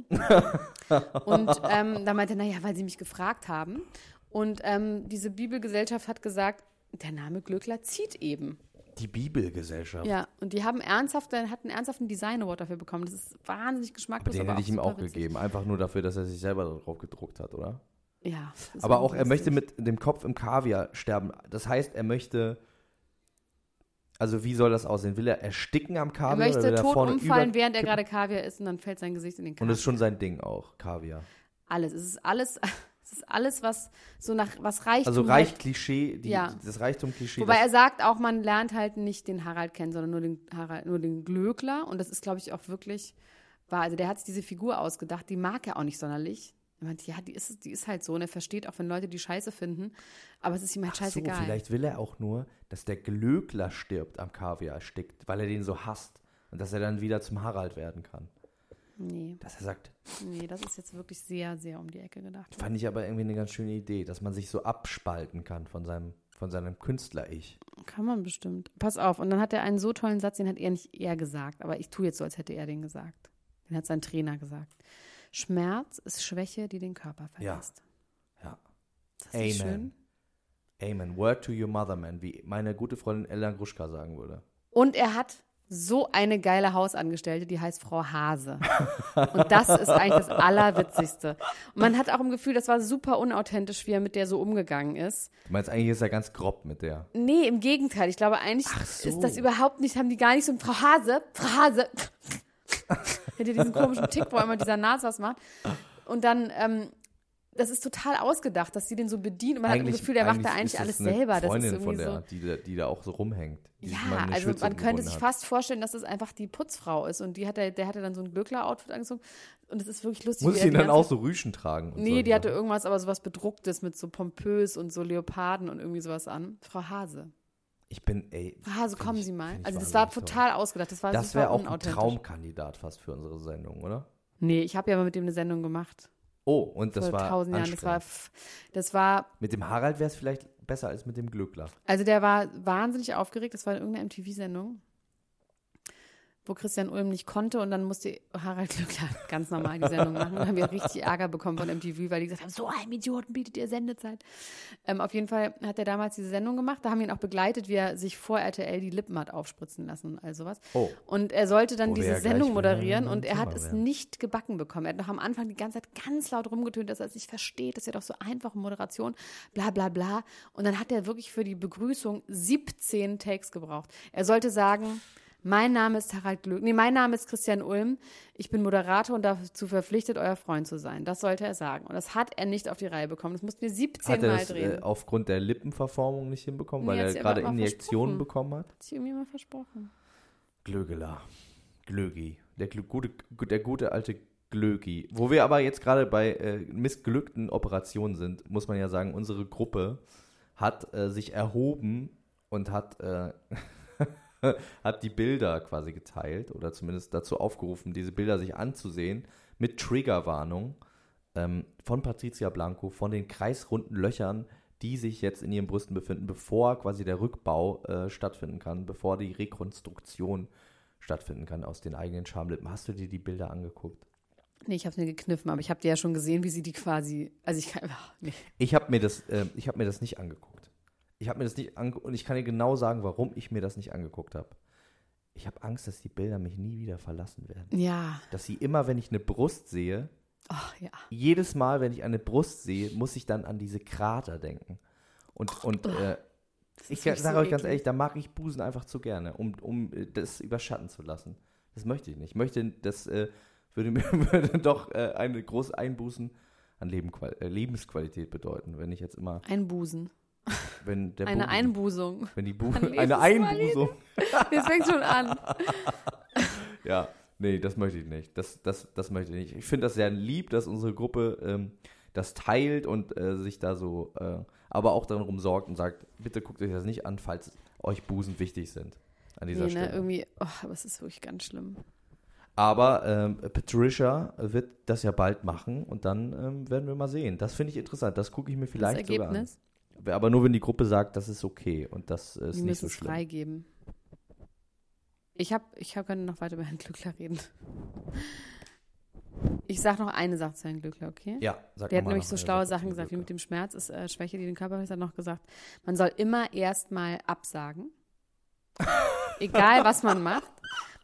S3: und ähm, da meinte er, naja, weil sie mich gefragt haben. Und ähm, diese Bibelgesellschaft hat gesagt, der Name Glöckler zieht eben.
S2: die Bibelgesellschaft.
S3: Ja, und die haben ernsthaft, hat einen ernsthaften Design Award dafür bekommen. Das ist wahnsinnig
S2: Aber
S3: geschmacklos.
S2: den hätte ich ihm
S3: super
S2: auch
S3: witzig.
S2: gegeben. Einfach nur dafür, dass er sich selber darauf gedruckt hat, oder?
S3: Ja. das ist
S2: Aber auch, er
S3: lustig.
S2: möchte mit dem Kopf im Kaviar sterben. Das heißt, er möchte. Also, wie soll das aussehen? Will er ersticken am
S3: Er
S2: Kaviar? oder will
S3: möchte tot
S2: Also, vorne
S3: umfallen,
S2: überkippen?
S3: während er gerade Kaviar isst und dann fällt sein Gesicht in den Kaviar.
S2: Und das ist schon sein Ding auch, Kaviar.
S3: alles. Es ist alles, es ist alles, was so nach, was reicht.
S2: Also, Reich-Klischee, die,
S3: Ja.
S2: das Reichtum-Klischee.
S3: Wobei
S2: das-
S3: er sagt auch, man lernt halt nicht den Harald kennen, sondern nur den Harald, nur den Glöckler. Und das ist, glaube ich, auch wirklich wahr. Also der hat sich diese Figur ausgedacht, die mag er auch nicht sonderlich. Er meinte, ja, die ist, die ist halt so und er versteht auch, wenn Leute die scheiße finden, aber es ist ihm halt
S2: Ach so,
S3: scheißegal.
S2: vielleicht will er auch nur, dass der Glöckler stirbt am Kaviar erstickt, weil er den so hasst. Und dass er dann wieder zum Harald werden kann.
S3: Nee,
S2: Dass er sagt,
S3: nee, das ist jetzt wirklich sehr, sehr um die Ecke gedacht.
S2: fand ich aber irgendwie eine ganz schöne Idee, dass man sich so abspalten kann von seinem, von seinem Künstler-Ich.
S3: Kann man bestimmt. Pass auf, und dann hat er einen so tollen Satz, den hat er nicht er gesagt, aber ich tue jetzt so, als hätte er den gesagt. Den hat sein Trainer gesagt. Schmerz ist Schwäche, die den Körper
S2: Ja.
S3: verlässt.
S2: Ja.
S3: Ist das nicht schön?
S2: Amen. Word to your mother, man, wie meine gute Freundin Ella Gruschka sagen würde.
S3: Und er hat so eine geile Hausangestellte, die heißt Frau Hase. Und das ist eigentlich das Allerwitzigste. Und man hat auch im Gefühl, das war super unauthentisch, wie er mit der so umgegangen ist.
S2: Du meinst, eigentlich ist er ganz grob mit der.
S3: Nee, im Gegenteil. Ich glaube, eigentlich
S2: so.
S3: ist das überhaupt nicht, haben die gar nicht so ein Frau Hase, Frau Hase. Hätte diesen komischen Tick, wo er immer dieser Nase was macht. Und dann, ähm, das ist total ausgedacht, dass sie den so bedient. Und man hat das Gefühl, der macht da
S2: ist
S3: eigentlich
S2: das
S3: alles
S2: eine
S3: selber. Das ist
S2: Freundin
S3: irgendwie
S2: von
S3: so.
S2: der, die, da- die da auch so rumhängt. die sich mal
S3: Ja,
S2: eine
S3: also
S2: Schürze
S3: man könnte
S2: umgebunden
S3: sich
S2: hat.
S3: fast vorstellen, dass das einfach die Putzfrau ist und die hatte, der hatte dann so ein Glöckler-Outfit angezogen und es ist wirklich lustig.
S2: Muss
S3: wie
S2: ich
S3: er
S2: ihn
S3: die
S2: dann
S3: ganze-
S2: auch so Rüschen tragen? Und
S3: Nee,
S2: solche
S3: die hatte
S2: Sachen?
S3: irgendwas, aber sowas bedrucktes mit so pompös und so Leoparden und irgendwie sowas an. Frau Hase.
S2: Ich bin, ey.
S3: Frau Hase,
S2: find
S3: Ah, kommen
S2: ich-
S3: Sie mal.
S2: find ich
S3: Also das war
S2: wahnsinnig
S3: total ausgedacht, das war
S2: toll. Das
S3: super
S2: wäre auch ein
S3: unauthentisch.
S2: Traumkandidat fast für unsere Sendung, oder?
S3: Nee, ich habe ja mal mit dem eine Sendung gemacht.
S2: Oh, und das
S3: vor
S2: war.
S3: tausend Jahren. Das war,
S2: anstrengend.
S3: f- das war
S2: mit dem Harald wäre es vielleicht besser als mit dem Glückler.
S3: Also der war wahnsinnig aufgeregt. Das war irgendeine MTV-Sendung, wo Christian Ulm nicht konnte und dann musste Harald Glückler ganz normal die Sendung machen. Und haben wir richtig Ärger bekommen von MTV, weil die gesagt haben, so einem Idioten bietet ihr Sendezeit. Ähm, auf jeden Fall hat er damals diese Sendung gemacht. Da haben wir ihn auch begleitet, wie er sich vor RTL die Lippen hat aufspritzen lassen und all sowas.
S2: Oh.
S3: Und er sollte dann
S2: Wo wir
S3: diese
S2: ja gleich ne?
S3: Sendung
S2: wieder
S3: moderieren
S2: im
S3: und er hat
S2: Thema
S3: es
S2: wären.
S3: nicht gebacken bekommen. Er hat noch am Anfang die ganze Zeit ganz laut rumgetönt, dass er es nicht versteht, das ist ja doch so einfache Moderation, bla bla bla. Und dann hat er wirklich für die Begrüßung 17 Takes gebraucht. Er sollte sagen, mein Name ist Harald Glück. Nee, mein Name ist Christian Ulm. Ich bin Moderator und dazu verpflichtet, euer Freund zu sein. Das sollte er sagen. Und das hat er nicht auf die Reihe bekommen. Das mussten wir 17
S2: Hat er
S3: Mal
S2: das
S3: drehen.
S2: äh, aufgrund der Lippenverformung nicht hinbekommen,
S3: Nee,
S2: weil
S3: hat
S2: er
S3: sie aber
S2: gerade
S3: immer versprochen.
S2: Injektionen bekommen hat?
S3: hat sich irgendwie mal versprochen.
S2: Glögeler. Glögi. Der, Glü- gute, der gute alte Glögi. Wo wir aber jetzt gerade bei äh, missglückten Operationen sind, muss man ja sagen, unsere Gruppe hat äh, sich erhoben und hat, äh, hat die Bilder quasi geteilt oder zumindest dazu aufgerufen, diese Bilder sich anzusehen mit Triggerwarnung ähm, von Patricia Blanco, von den kreisrunden Löchern, die sich jetzt in ihren Brüsten befinden, bevor quasi der Rückbau äh, stattfinden kann, bevor die Rekonstruktion stattfinden kann aus den eigenen Schamlippen. Hast du dir die Bilder angeguckt?
S3: Nee, ich habe mir gekniffen, aber ich habe dir ja schon gesehen, wie sie die quasi. Also ich kann. Ach, nee.
S2: Ich habe mir, das, äh, ich hab mir das nicht angeguckt. Ich habe mir das nicht angeguckt und ich kann dir genau sagen, warum ich mir das nicht angeguckt habe. Ich habe Angst, dass die Bilder mich nie wieder verlassen werden.
S3: Ja.
S2: Dass sie immer, wenn ich eine Brust sehe,
S3: Ach ja.
S2: jedes Mal, wenn ich eine Brust sehe, muss ich dann an diese Krater denken. Und, und
S3: oh,
S2: äh, ich sage
S3: wirklich so
S2: euch ganz
S3: eklig.
S2: ehrlich, da mag ich Busen einfach zu gerne, um, um äh, das überschatten zu lassen. Das möchte ich nicht. Ich möchte, das äh, würde mir würde doch äh, eine große Einbußen an Leben, äh, Lebensqualität bedeuten, wenn ich jetzt immer,
S3: Einbusen.
S2: wenn der
S3: Eine
S2: Busen-
S3: Einbusung.
S2: wenn die Bu
S3: an
S2: eine
S3: Lebensqualität.
S2: Einbusung,
S3: Das fängt schon an.
S2: ja, nee, das möchte ich nicht. Das, das, das möchte ich nicht. Ich finde das sehr lieb, dass unsere Gruppe ähm, das teilt und äh, sich da so, äh, aber auch darum sorgt und sagt, bitte guckt euch das nicht an, falls euch Busen wichtig sind. An
S3: Nee,
S2: dieser
S3: ne,
S2: Stelle.
S3: irgendwie, oh, aber es ist wirklich ganz schlimm.
S2: Aber ähm, Patricia wird das ja bald machen und dann ähm, werden wir mal sehen. Das finde ich interessant. Das gucke ich mir
S3: Das
S2: vielleicht sogar an.
S3: Ergebnis,
S2: Aber nur wenn die Gruppe sagt, das ist okay und das äh, ist
S3: wir
S2: nicht
S3: müssen
S2: so
S3: es
S2: schlimm.
S3: freigeben. Ich habe, ich hab, könnte noch weiter über Herrn Glückler reden. Ich sag noch eine Sache zu Herrn Glückler, okay?
S2: Ja, sag
S3: Der hat
S2: noch mal
S3: nämlich
S2: noch
S3: so
S2: eine
S3: schlaue
S2: Sache
S3: Sachen
S2: zum
S3: gesagt, wie
S2: Glück.
S3: mit dem Schmerz ist äh, Schwäche, die den Körper verletzt, hat noch gesagt, man soll immer erstmal absagen. Egal, was man macht.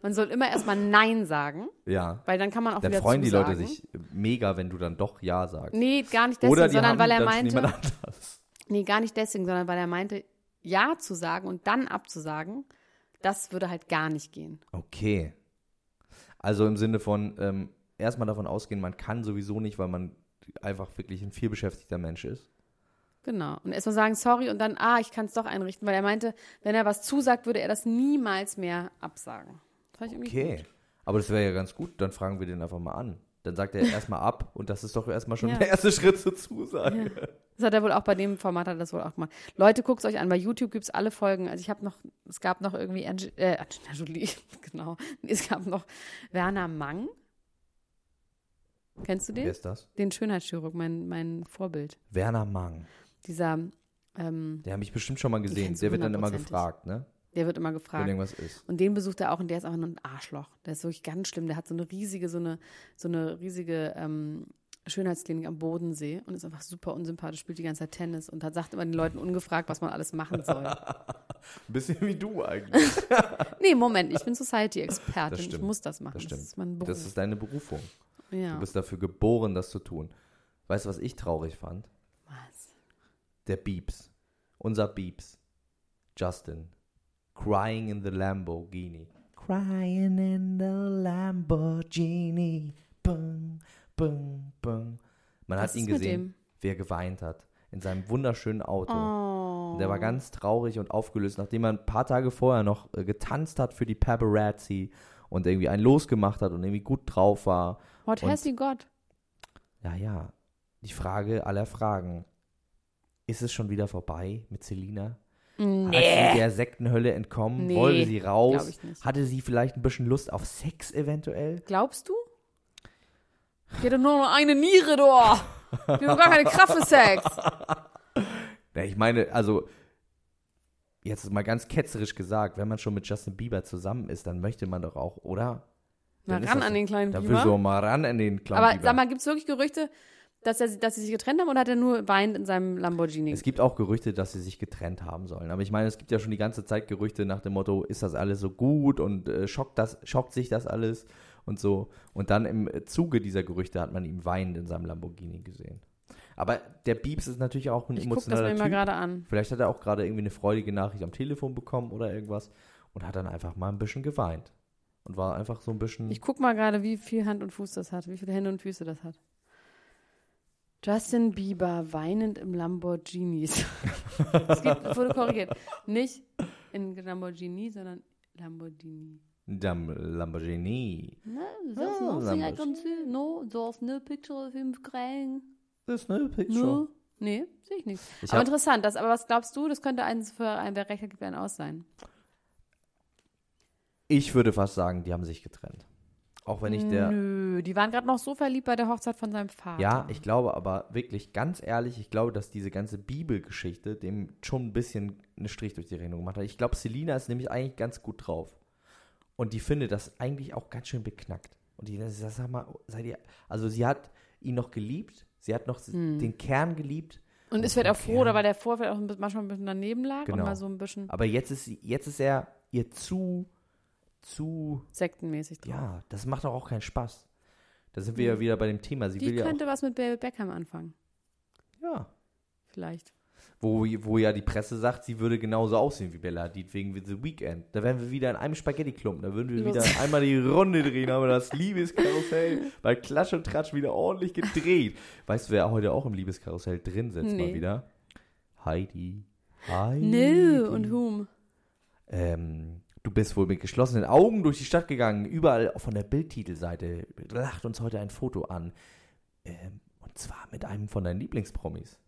S3: Man soll immer erstmal Nein sagen,
S2: Ja.
S3: weil dann kann man auch
S2: Dann
S3: wieder
S2: freuen die
S3: zusagen.
S2: Leute sich mega, wenn du dann doch Ja sagst.
S3: Nee, gar nicht deswegen,
S2: Oder die
S3: sondern
S2: haben
S3: weil er
S2: dann
S3: meinte,
S2: niemand anders.
S3: Nee, gar nicht deswegen, sondern weil er meinte, Ja zu sagen und dann abzusagen, das würde halt gar nicht gehen.
S2: Okay. Also im Sinne von ähm, erstmal davon ausgehen, man kann sowieso nicht, weil man einfach wirklich ein vielbeschäftigter Mensch ist.
S3: Genau. Und erstmal sagen, sorry und dann, ah, ich kann es doch einrichten, weil er meinte, wenn er was zusagt, würde er das niemals mehr absagen. Das fand ich irgendwie
S2: Okay.
S3: Gut.
S2: Aber das wäre ja ganz gut, dann fragen wir den einfach mal an. dann sagt er erstmal ab und das ist doch erstmal schon
S3: Ja.
S2: der erste Schritt zur Zusage.
S3: Das hat er wohl auch bei dem Format, hat er das wohl auch gemacht. Leute, guckt es euch an. Bei YouTube gibt es alle Folgen. Also ich habe noch, es gab noch irgendwie Ange äh, Angelina Jolie, genau. Nee, Es gab noch Werner Mang. Kennst du den?
S2: Wer ist das?
S3: Den Schönheitschirurg, mein, mein Vorbild.
S2: Werner Mang.
S3: Dieser, ähm,
S2: Der habe ich bestimmt schon mal gesehen.
S3: kennst
S2: Der
S3: du
S2: wird dann immer
S3: hundertprozentig.
S2: gefragt, ne?
S3: der wird immer
S2: Wenn
S3: gefragt.
S2: irgendwas ist.
S3: Und den besucht er auch und der ist einfach nur ein Arschloch. Der ist wirklich ganz schlimm. Der hat so eine riesige, so eine, so eine riesige ähm, Schönheitsklinik am Bodensee und ist einfach super unsympathisch, spielt die ganze Zeit Tennis und hat, sagt immer den Leuten ungefragt, was man alles machen soll.
S2: Ein bisschen wie du eigentlich.
S3: nee, Moment, ich bin
S2: Das
S3: Society-Expertin. Ich
S2: stimmt.
S3: muss das machen.
S2: Das
S3: Das,
S2: stimmt.
S3: ist mein Beruf.
S2: Das ist deine Berufung.
S3: ja.
S2: Du bist dafür geboren, das zu tun. Weißt du, was ich traurig fand?
S3: Was?
S2: Der Beeps. Unser Beeps. Justin. Crying in the Lamborghini. Crying in the Lamborghini. Bum, bum, bum. Man
S3: Was
S2: hat ihn
S3: ist mit
S2: gesehen,
S3: dem?
S2: wie er geweint hat. In seinem wunderschönen Auto.
S3: Oh.
S2: Und Der war ganz traurig und aufgelöst, nachdem er ein paar Tage vorher noch äh, getanzt hat für die Paparazzi und irgendwie einen losgemacht hat und irgendwie gut drauf war.
S3: What
S2: Und-
S3: has he got?
S2: Ja, ja. Die Frage aller Fragen. Ist es schon wieder vorbei mit Selina? Hat sie der Sektenhölle entkommen?
S3: Nee,
S2: Wollte sie
S3: glaub
S2: raus?
S3: ich nicht.
S2: Hatte sie vielleicht ein bisschen Lust auf Sex eventuell?
S3: Glaubst du? Geht doch nur noch eine Niere, doch. Wir haben gar keine Kraft für Sex.
S2: Ja, ich meine, also, jetzt mal ganz ketzerisch gesagt, wenn man schon mit Justin Bieber zusammen ist, dann möchte man doch auch, oder?
S3: Mal
S2: Dann ist
S3: ran
S2: das-
S3: an den kleinen
S2: Da
S3: Biber.
S2: will so mal ran an den kleinen
S3: Aber
S2: Bieber.
S3: sag mal, gibt es wirklich Gerüchte, dass, er, dass sie sich getrennt haben oder hat er nur weinend in seinem Lamborghini?
S2: Es gibt auch Gerüchte, dass sie sich getrennt haben sollen. Aber ich meine, es gibt ja schon die ganze Zeit Gerüchte nach dem Motto, ist das alles so gut und äh, schockt, das, schockt sich das alles und so. Und dann im äh, Zuge dieser Gerüchte hat man ihn weinend in seinem Lamborghini gesehen. Aber der Biebs ist natürlich auch ein
S3: ich gucke das
S2: emotionaler
S3: mir mal
S2: Typ.
S3: gerade an.
S2: Vielleicht hat er auch gerade irgendwie eine freudige Nachricht am Telefon bekommen oder irgendwas und hat dann einfach mal ein bisschen geweint. Und war einfach so ein bisschen.
S3: Ich guck mal gerade, wie viel Hand und Fuß das hat, wie viele Hände und Füße das hat. Justin Bieber weinend im Lamborghinis. es gibt, es wurde korrigiert. Nicht in Lamborghini, sondern Lamborghini.
S2: Dam Lamborghini.
S3: No,
S2: there's Ah, nothing I can
S3: no, there's no picture of him crying.
S2: This new picture.
S3: No. Ne? Nee, sehe ich nicht.
S2: Ich
S3: aber
S2: hab-
S3: interessant, das, aber was glaubst du, das könnte eins für ein, wer recht hat, gibt ein Aus sein.
S2: Ich würde fast sagen, die haben sich getrennt. Auch wenn ich der.
S3: Nö, die waren gerade noch so verliebt bei der Hochzeit von seinem Vater.
S2: Ja, ich glaube aber wirklich ganz ehrlich, ich glaube, dass diese ganze Bibelgeschichte dem schon ein bisschen einen Strich durch die Rechnung gemacht hat. Ich glaube, Selina ist nämlich eigentlich ganz gut drauf. Und die findet das eigentlich auch ganz schön beknackt. Und die sagt, sag mal, seid ihr, also sie hat ihn noch geliebt, sie hat noch
S3: Hm.
S2: den Kern geliebt,
S3: Und ist vielleicht auch froh,
S2: Ja.
S3: oder weil der Vorfeld auch ein bisschen, manchmal ein bisschen daneben lag
S2: Genau.
S3: und mal so ein bisschen
S2: aber jetzt ist, sie, jetzt ist er ihr zu, zu,
S3: sektenmäßig drauf.
S2: ja, das macht doch auch keinen Spaß. Da sind wir ja wieder bei dem Thema.
S3: Hm.
S2: Sie
S3: die
S2: will ja auch,
S3: könnte was mit Baby Beckham anfangen,
S2: ja.
S3: vielleicht.
S2: wo, wo ja die Presse sagt, sie würde genauso aussehen wie Bella Hadid wegen The Weeknd. Da wären wir wieder in einem Spaghetti-Klumpen. Da würden wir
S3: Los.
S2: wieder einmal die Runde drehen, haben wir das Liebeskarussell bei Klatsch und Tratsch wieder ordentlich gedreht. Weißt du, wer heute auch im Liebeskarussell drin sitzt mal
S3: Nee.
S2: wieder? Heidi. Heidi.
S3: Nö, und whom?
S2: Ähm, du bist wohl mit geschlossenen Augen durch die Stadt gegangen. Überall von der Bildtitelseite lacht uns heute ein Foto an. Ähm, und zwar mit einem von deinen Lieblingspromis.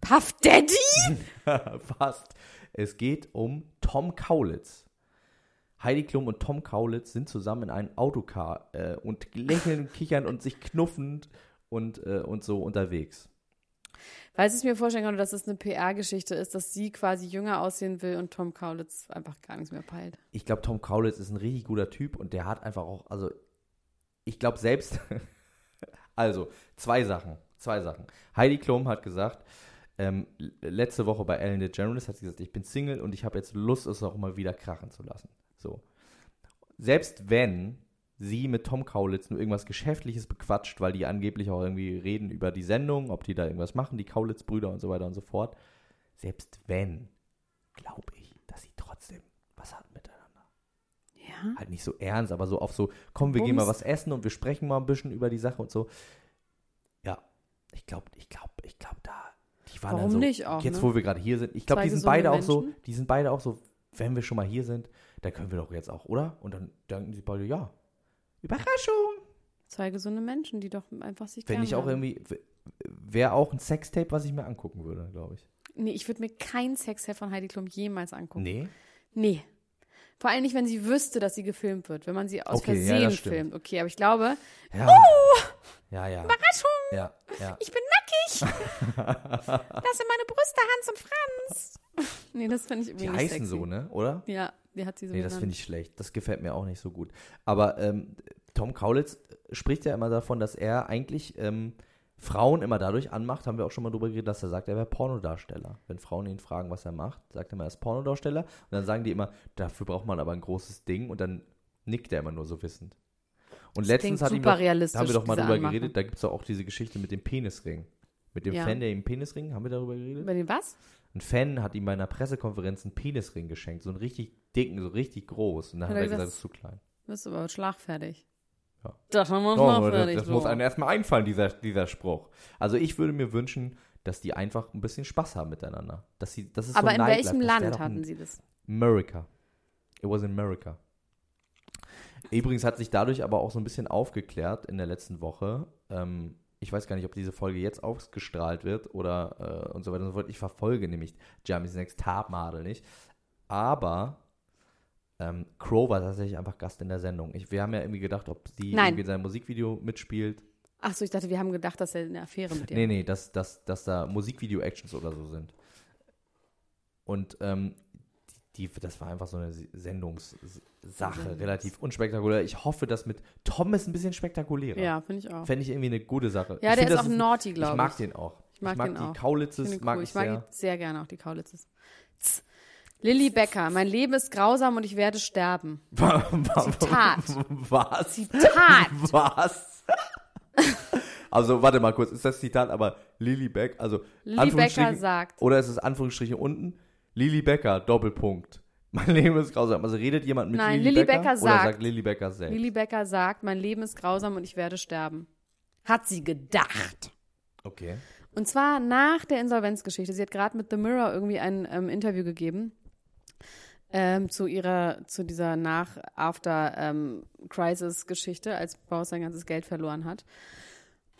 S3: Puff Daddy?
S2: Fast. Es geht um Tom Kaulitz. Heidi Klum und Tom Kaulitz sind zusammen in einem Autocar äh, und lächeln und kichern und sich knuffend und, äh, und so unterwegs.
S3: Weil ich mir vorstellen kann, dass es eine PR-Geschichte ist, dass sie quasi jünger aussehen will und Tom Kaulitz einfach gar nichts mehr peilt.
S2: Ich glaube, Tom Kaulitz ist ein richtig guter Typ und der hat einfach auch, also ich glaube selbst, also zwei Sachen, zwei Sachen. Heidi Klum hat gesagt, ähm, l- letzte Woche bei Ellen DeGeneres hat sie gesagt, ich bin Single und ich habe jetzt Lust, es auch mal wieder krachen zu lassen. So. Selbst wenn sie mit Tom Kaulitz nur irgendwas Geschäftliches bequatscht, weil die angeblich auch irgendwie reden über die Sendung, ob die da irgendwas machen, die Kaulitz-Brüder und so weiter und so fort. Selbst wenn, glaube ich, dass sie trotzdem was hatten miteinander.
S3: Ja.
S2: Halt nicht so ernst, aber so auf so, komm, wir gehen mal
S3: Bums.
S2: was essen und wir sprechen mal ein bisschen über die Sache und so. Ja, ich glaube, ich glaube, ich glaube da, die waren
S3: Warum
S2: dann so,
S3: nicht auch,
S2: jetzt
S3: ne?
S2: wo wir gerade hier sind, ich glaube,
S3: Zwei
S2: die sind
S3: gesunde
S2: beide auch so,
S3: Menschen.
S2: die sind beide auch so, wenn wir schon mal hier sind, dann können wir doch jetzt auch, oder? Und dann denken sie beide, ja, Überraschung.
S3: Zwei gesunde Menschen, die doch einfach sich
S2: Wenn
S3: gern
S2: ich auch
S3: haben.
S2: irgendwie. Wäre auch ein Sextape, was ich mir angucken würde, glaube ich.
S3: Nee, ich würde mir kein Sextape von Heidi Klum jemals angucken. Nee.
S2: Nee.
S3: Vor allem nicht, wenn sie wüsste, dass sie gefilmt wird. Wenn man sie aus
S2: Okay, ja,
S3: Versehen
S2: das stimmt.
S3: filmt. Okay, aber ich glaube,
S2: Ja. Ja, ja.
S3: Überraschung,
S2: Ja, ja.
S3: ich bin nackig. das sind meine Brüste, Hans und Franz. nee, das finde ich irgendwie
S2: Die
S3: nicht
S2: heißen
S3: sexy.
S2: so, ne? Oder?
S3: Ja, die hat sie so
S2: Nee, das
S3: genannt.
S2: finde ich schlecht. Das gefällt mir auch nicht so gut. Aber ähm, Tom Kaulitz spricht ja immer davon, dass er eigentlich ähm, Frauen immer dadurch anmacht, haben wir auch schon mal drüber geredet, dass er sagt, er wäre Pornodarsteller. Wenn Frauen ihn fragen, was er macht, sagt er immer, er ist Pornodarsteller. Und dann sagen die immer, dafür braucht man aber ein großes Ding. Und dann nickt er immer nur so wissend. Und letztens
S3: klingt
S2: hat ihm
S3: super
S2: doch, da
S3: realistisch,
S2: haben wir doch mal
S3: diese
S2: drüber
S3: Anmache.
S2: geredet, da gibt es auch diese Geschichte mit dem Penisring. Mit dem
S3: Ja.
S2: Fan, der ihm einen Penisring, haben wir darüber geredet?
S3: Über den was?
S2: Ein Fan hat ihm bei einer Pressekonferenz einen Penisring geschenkt, so einen richtig dicken, so richtig groß. Und dann hat er gesagt, das ist zu klein.
S3: Bist du aber schlagfertig.
S2: Ja.
S3: Das haben wir
S2: Oh,
S3: schlagfertig.
S2: das das
S3: so.
S2: muss einem erstmal einfallen, dieser, dieser Spruch. Also ich würde mir wünschen, dass die einfach ein bisschen Spaß haben miteinander. Dass sie, das ist
S3: aber
S2: so
S3: in welchem Land hatten
S2: hatten sie?
S3: sie das?
S2: America. It was in America. Übrigens hat sich dadurch aber auch so ein bisschen aufgeklärt in der letzten Woche. Ähm, ich weiß gar nicht, ob diese Folge jetzt ausgestrahlt wird oder äh, und so weiter und so fort. Ich verfolge nämlich Jeremy's Next Tarbmadel nicht. Aber ähm, Crow war tatsächlich einfach Gast in der Sendung. Ich, wir haben ja irgendwie gedacht, ob sie
S3: Nein.
S2: irgendwie in seinem Musikvideo mitspielt.
S3: Ach so, ich dachte, wir haben gedacht, dass er eine Affäre mit dir
S2: Nee, nee, dass, dass, dass da Musikvideo-Actions oder so sind. Und ähm, die, die, das war einfach so eine S- Sendungssache, relativ unspektakulär. Ich hoffe, das mit Tom ist ein bisschen spektakulärer.
S3: Ja, finde ich auch.
S2: Fände ich irgendwie eine gute Sache.
S3: Ja,
S2: ich
S3: der
S2: find,
S3: ist
S2: das
S3: auch naughty,
S2: Ich
S3: glaube
S2: mag
S3: ich.
S2: den auch.
S3: Ich mag den
S2: die
S3: auch.
S2: Kaulitzes,
S3: Finde ich
S2: mag
S3: cool.
S2: ich
S3: Ich mag
S2: sehr.
S3: die sehr gerne auch, die Kaulitzes. Tz. Lilly Becker, mein Leben ist grausam und ich werde sterben. Zitat.
S2: Was?
S3: Zitat.
S2: Was? Also, warte mal kurz, ist das Zitat aber Lili Beck, also
S3: Lili
S2: Anführungsstrichen-
S3: Becker sagt.
S2: Oder ist es Anführungsstriche unten? Lili Becker, Doppelpunkt. Mein Leben ist grausam. Also redet jemand mit
S3: Nein,
S2: Lili
S3: Lili
S2: Becker,
S3: Becker
S2: oder
S3: sagt-
S2: sagt Lili Becker selbst?
S3: Lilly Becker sagt, mein Leben ist grausam und ich werde sterben. Hat sie gedacht.
S2: okay.
S3: Und zwar nach der Insolvenzgeschichte. Sie hat gerade mit The Mirror irgendwie ein ähm, Interview gegeben ähm, zu ihrer, zu dieser Nach-After-Crisis-Geschichte, als Bauer sein ganzes Geld verloren hat.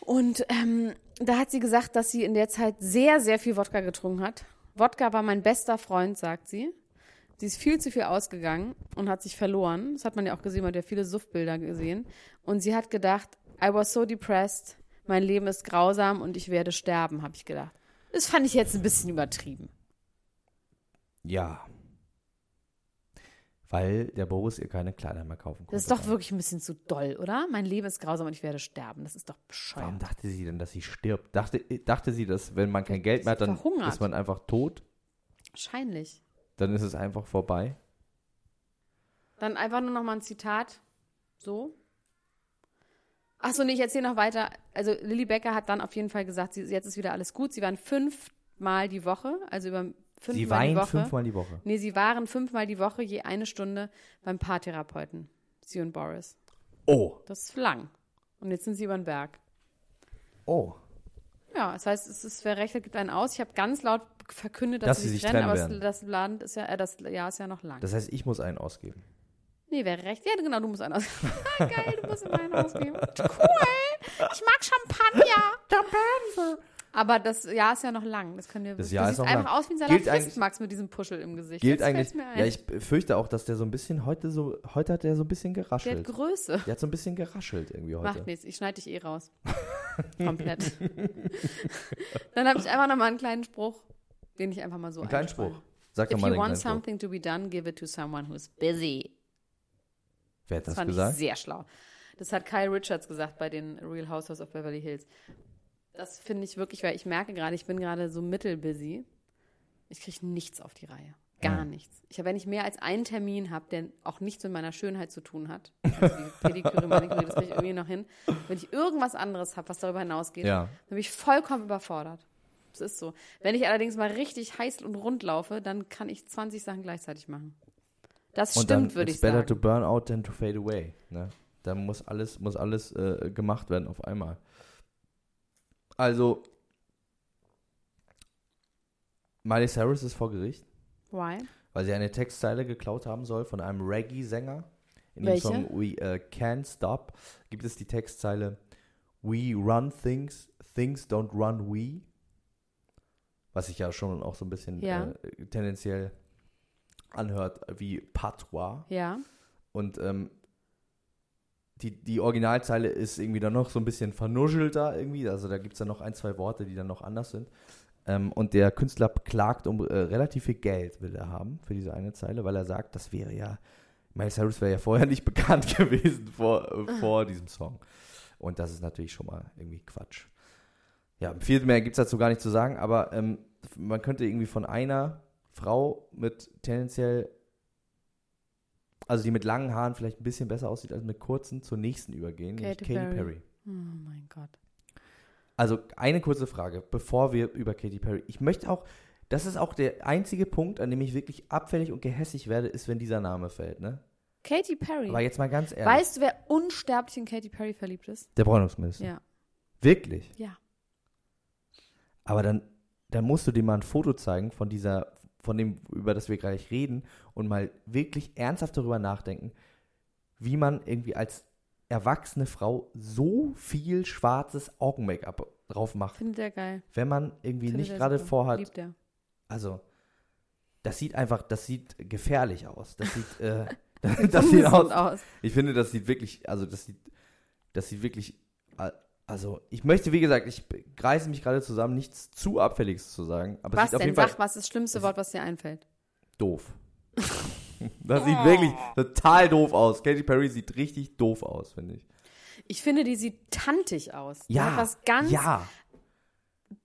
S3: Und ähm, da hat sie gesagt, dass sie in der Zeit sehr, sehr viel Wodka getrunken hat. Wodka war mein bester Freund, sagt sie. Sie ist viel zu viel ausgegangen und hat sich verloren. Das hat man ja auch gesehen, man hat ja viele Suftbilder gesehen. Und sie hat gedacht, I was so depressed, mein Leben ist grausam und ich werde sterben, habe ich gedacht. Das fand ich jetzt ein bisschen übertrieben.
S2: Ja. Weil der Boris ihr keine Kleider mehr kaufen konnte.
S3: Das ist doch wirklich ein bisschen zu doll, oder? Mein Leben ist grausam und ich werde sterben. Das ist doch
S2: Warum
S3: bescheuert.
S2: dachte sie denn, dass sie stirbt? Dachte, dachte sie, dass wenn man kein Geld mehr hat, dann
S3: Verhungert.
S2: ist man einfach tot?
S3: Wahrscheinlich.
S2: Dann ist es einfach vorbei?
S3: Dann einfach nur noch mal ein Zitat. So. Ach so, nee, ich erzähle noch weiter. Also Lilly Becker hat dann auf jeden Fall gesagt, sie, jetzt ist wieder alles gut. Sie waren fünfmal die Woche, also über fünfmal
S2: sie
S3: die
S2: weint
S3: Woche.
S2: fünfmal die Woche.
S3: Nee, sie waren fünfmal die Woche je eine Stunde beim Paartherapeuten, sie und Boris.
S2: Oh.
S3: Das ist lang. Und jetzt sind sie über den Berg.
S2: Oh.
S3: Ja, das heißt, es ist, wer recht hat, gibt einen aus. Ich habe ganz laut verkündet, dass,
S2: Dass
S3: sie sich trennen, aber das, das Land ist ja, äh, das Jahr ist ja noch lang.
S2: Das heißt, ich muss einen ausgeben.
S3: nee, wer recht? Ja, genau, du musst einen ausgeben. Ah, Geil, du musst immer einen ausgeben. Cool. Ich mag Champagner. Champagner. Aber das Jahr ist ja noch lang. Das können wir
S2: Das Jahr
S3: du
S2: ist
S3: siehst
S2: noch
S3: einfach
S2: lang.
S3: aus wie ein
S2: Gilt eigentlich-
S3: Salafist, Max, mit diesem Puschel im Gesicht.
S2: Gilt
S3: Jetzt
S2: eigentlich.
S3: fällt's mir ein.
S2: Ja, ich fürchte auch, dass der so ein bisschen heute so. Heute hat der so ein bisschen
S3: Der hat
S2: geraschelt.
S3: Größe.
S2: Der hat so ein bisschen geraschelt irgendwie heute.
S3: Macht nichts, ich schneide dich eh raus. Komplett. Dann habe ich einfach nochmal einen kleinen Spruch, den ich einfach mal so
S2: Einen kleinen
S3: einstreue.
S2: Spruch. Sag doch
S3: If
S2: mal
S3: you
S2: den
S3: want
S2: kleinen Spruch.
S3: something to be done, give it to someone who's busy.
S2: Wer hat
S3: Das,
S2: das,
S3: fand ich
S2: gesagt?
S3: sehr schlau. Das hat Kyle Richards gesagt bei den Real Housewives of Beverly Hills. Das finde ich wirklich, weil ich merke gerade, ich bin gerade so mittelbusy. Ich kriege nichts auf die Reihe. Gar nichts. Ich habe, wenn ich mehr als einen Termin habe, der auch nichts mit meiner Schönheit zu tun hat, also die Pediküre, Maniküre, das kriege ich irgendwie noch hin. Wenn ich irgendwas anderes habe, was darüber hinausgeht,
S2: Ja.
S3: dann bin ich vollkommen überfordert. Das ist so. Wenn ich allerdings mal richtig heiß und rund laufe, dann kann ich 20 Sachen gleichzeitig machen. Das
S2: Und dann,
S3: stimmt, würde
S2: it's
S3: ich
S2: better
S3: sagen.
S2: to burn out than to fade away. Ne? Dann muss alles, muss alles äh, gemacht werden auf einmal. Also, Miley Cyrus ist vor Gericht.
S3: Why?
S2: weil sie eine Textzeile geklaut haben soll von einem Reggae-Sänger In
S3: Welche?
S2: dem Song We äh, Can't Stop gibt es die Textzeile We run things, things don't run we. Was sich ja schon auch so ein bisschen
S3: Ja.
S2: äh, tendenziell anhört wie Patois.
S3: Ja.
S2: Und ähm, die, die Originalzeile ist irgendwie dann noch so ein bisschen vernuschelter irgendwie. Also da gibt es dann noch ein, zwei Worte, die dann noch anders sind. Ähm, und der Künstler klagt um äh, relativ viel Geld, will er haben für diese eine Zeile, weil er sagt, das wäre ja, Miles Harris wäre ja vorher nicht bekannt gewesen vor, äh,
S3: Ah.
S2: vor diesem Song. Und das ist natürlich schon mal irgendwie Quatsch. Ja, viel mehr gibt es dazu gar nicht zu sagen, aber ähm, man könnte irgendwie von einer Frau mit tendenziell, also die mit langen Haaren vielleicht ein bisschen besser aussieht als mit kurzen, zur nächsten übergehen, nämlich
S3: Katy
S2: Katy
S3: Perry.
S2: Perry.
S3: Oh mein Gott.
S2: Also eine kurze Frage, bevor wir über Katy Perry. Ich möchte auch, das ist auch der einzige Punkt, an dem ich wirklich abfällig und gehässig werde, ist, wenn dieser Name fällt, ne?
S3: Katy Perry.
S2: Aber jetzt mal ganz ehrlich.
S3: weißt du, wer unsterblich in Katy Perry verliebt ist?
S2: der Bräunungsminister.
S3: Ja.
S2: Wirklich.
S3: Ja.
S2: Aber dann, dann musst du dir mal ein Foto zeigen von dieser, von dem, über das wir gleich reden und mal wirklich ernsthaft darüber nachdenken, wie man irgendwie als erwachsene Frau so viel schwarzes Augen-Make-up drauf macht,
S3: Findet er geil.
S2: wenn man irgendwie
S3: Findet
S2: nicht
S3: er
S2: gerade
S3: super.
S2: vorhat,
S3: Liebt er.
S2: Also, das sieht einfach, das sieht gefährlich aus. Das sieht, äh, das, das sieht aus.
S3: aus.
S2: Ich finde, das sieht wirklich, also das sieht, das sieht wirklich, äh, also ich möchte, wie gesagt, ich reiße mich gerade zusammen, nichts zu Abfälliges zu sagen, aber
S3: Was
S2: es sieht auf
S3: denn?
S2: jeden Fall
S3: Sag, was ist das schlimmste Wort, was dir einfällt?
S2: doof. das
S3: Oh.
S2: sieht wirklich total doof aus. Katy Perry sieht richtig doof aus, finde ich.
S3: Ich finde, die sieht tantig aus. Die
S2: Ja,
S3: Hat was ganz
S2: ja,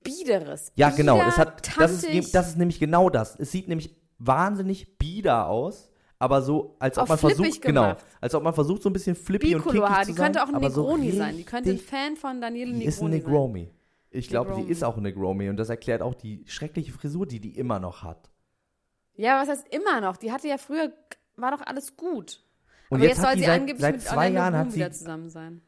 S3: Biederes.
S2: ja, genau.
S3: Bieder,
S2: Es hat, das, ist,
S3: tantig.
S2: ne- das ist nämlich genau das. Es sieht nämlich wahnsinnig bieder aus, aber so, als ob
S3: Auf
S2: man versucht,
S3: flippig
S2: genau,
S3: gemacht.
S2: als ob man versucht, so ein bisschen flippy und
S3: Piccolo
S2: kickig
S3: Haar.
S2: zu
S3: Die
S2: sein.
S3: könnte auch ein
S2: aber so
S3: Negroni sein. Die könnte ein
S2: richtig-
S3: Fan von Daniele
S2: die
S3: Negroni
S2: ist
S3: sein.
S2: ein Negromi. Ich glaube, die
S3: Negromi.
S2: ist auch eine Negromi und das erklärt auch die schreckliche Frisur, die die immer noch hat.
S3: Ja, was heißt immer noch? Die hatte ja früher, war doch alles gut.
S2: Und
S3: Aber jetzt,
S2: hat
S3: soll
S2: die
S3: sie
S2: seit,
S3: angeblich
S2: seit
S3: mit
S2: zwei
S3: Orlando
S2: Jahren
S3: Bloom
S2: hat sie
S3: wieder zusammen sein.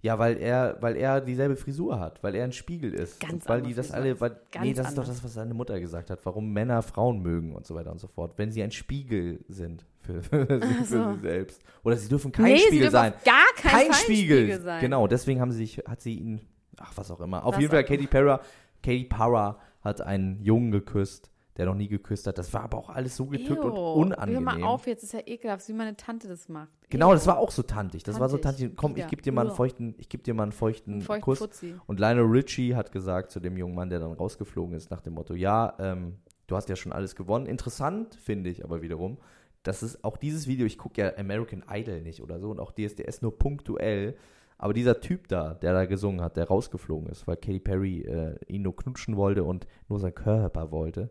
S2: ja, weil er, weil er dieselbe Frisur hat, weil er ein Spiegel ist,
S3: Ganz
S2: und weil die
S3: andere
S2: das
S3: Frisur.
S2: alle, weil,
S3: Ganz
S2: nee, das ist doch
S3: anders.
S2: das, was seine Mutter gesagt hat, warum Männer Frauen mögen und so weiter und so fort, wenn sie ein Spiegel sind für, für, sie- für sie selbst oder sie dürfen kein
S3: nee, sie
S2: Spiegel
S3: dürfen
S2: sein.
S3: auf gar kein,
S2: kein,
S3: kein
S2: Spiegel.
S3: sein.
S2: Genau, deswegen haben sie sich, hat sie ihn, ach was auch immer. Auf
S3: Was
S2: jeden Fall,
S3: auch
S2: Katy Perry, Katy Parra hat einen Jungen geküsst, der noch nie geküsst hat. Das war aber auch alles so getückt und
S3: Ew.
S2: unangenehm.
S3: Hör mal auf, jetzt ist ja ekelhaft, wie meine Tante das macht.
S2: Genau, das war auch so tantig. Das war so
S3: Tantig.
S2: tantig. Komm, ich
S3: Ja.
S2: geb dir mal einen
S3: Uah.
S2: feuchten, ich geb dir mal einen feuchten,
S3: Einen feuchten
S2: Kuss.
S3: Fuzzi.
S2: Und Lionel Richie hat gesagt zu dem jungen Mann, der dann rausgeflogen ist, nach dem Motto, ja, ähm, du hast ja schon alles gewonnen. Interessant finde ich aber wiederum, dass es auch dieses Video, ich gucke ja American Idol nicht oder so und auch DSDS nur punktuell, aber dieser Typ da, der da gesungen hat, der rausgeflogen ist, weil Katy Perry äh, ihn nur knutschen wollte und nur sein Körper wollte,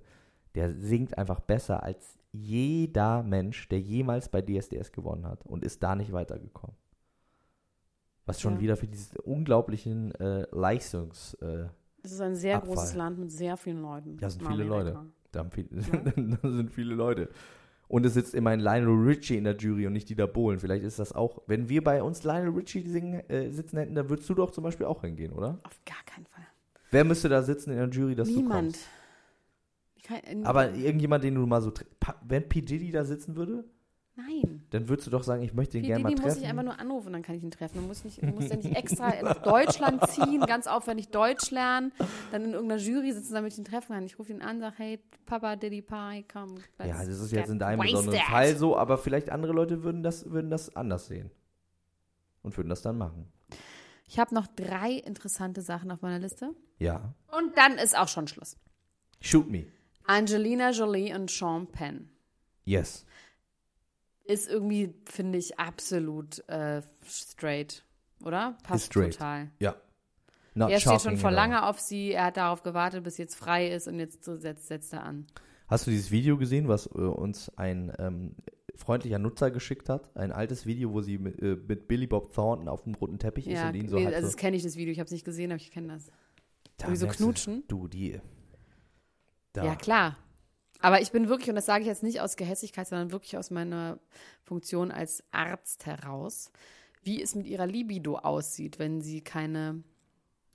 S2: der singt einfach besser als jeder Mensch, der jemals bei DSDS gewonnen hat und ist da nicht weitergekommen. Was schon
S3: Ja.
S2: wieder für diesen unglaublichen äh, Leistungs... Äh,
S3: Das ist ein sehr
S2: Abfall.
S3: großes Land mit sehr vielen Leuten.
S2: Ja, sind
S3: In
S2: viele
S3: Amerika.
S2: Leute. da, haben viel, da sind viele Leute. Und es sitzt immerhin Lionel Richie in der Jury und nicht Dieter Bohlen. Vielleicht ist das auch, wenn wir bei uns Lionel Richie singen, äh, sitzen hätten, dann würdest du doch zum Beispiel auch hingehen, oder?
S3: Auf gar keinen Fall.
S2: Wer müsste da sitzen in der Jury, dass du
S3: Niemand.
S2: kommst?
S3: Ich kann- äh,
S2: Aber irgendjemand, den du mal so... tre- Pa- Wenn P. Diddy da sitzen würde,
S3: nein.
S2: dann würdest du doch sagen, ich möchte ihn
S3: Die,
S2: gerne mal
S3: muss
S2: treffen.
S3: ich einfach nur anrufen, dann kann ich ihn treffen. Dann muss, nicht, muss der nicht extra nach Deutschland ziehen, ganz aufwendig Deutsch lernen, dann in irgendeiner Jury sitzen, damit ich ihn treffen kann. Ich rufe ihn an, sage, hey, Papa, Diddy Pie, komm.
S2: ja,
S3: let's
S2: das ist jetzt
S3: get
S2: in deinem
S3: wasted.
S2: besonderen Fall so, aber vielleicht andere Leute würden das, würden das anders sehen. Und würden das dann machen.
S3: Ich habe noch drei interessante Sachen auf meiner Liste.
S2: Ja.
S3: Und dann ist auch schon Schluss.
S2: Shoot me.
S3: Angelina Jolie und Sean Penn.
S2: Yes.
S3: Ist irgendwie, finde ich, absolut äh, straight, oder? Passt
S2: straight.
S3: total.
S2: Ja. Not
S3: Er steht schon
S2: shocking
S3: vor
S2: at all.
S3: lange auf sie, er hat darauf gewartet, bis sie jetzt frei ist und jetzt setzt, setzt er an.
S2: Hast du dieses Video gesehen, was äh, uns ein ähm, freundlicher Nutzer geschickt hat? Ein altes Video, wo sie mit, äh, mit Billy Bob Thornton auf dem roten Teppich ist
S3: Ja,
S2: und ihn so
S3: nee,
S2: halt
S3: also
S2: so,
S3: das kenne ich das Video, ich habe es nicht gesehen, aber ich kenne das.
S2: da
S3: wo die so
S2: merkst du,
S3: knutschen.
S2: Du, die. Da.
S3: Ja. klar. Aber ich bin wirklich, und das sage ich jetzt nicht aus Gehässigkeit, sondern wirklich aus meiner Funktion als Arzt heraus, wie es mit ihrer Libido aussieht, wenn sie keine,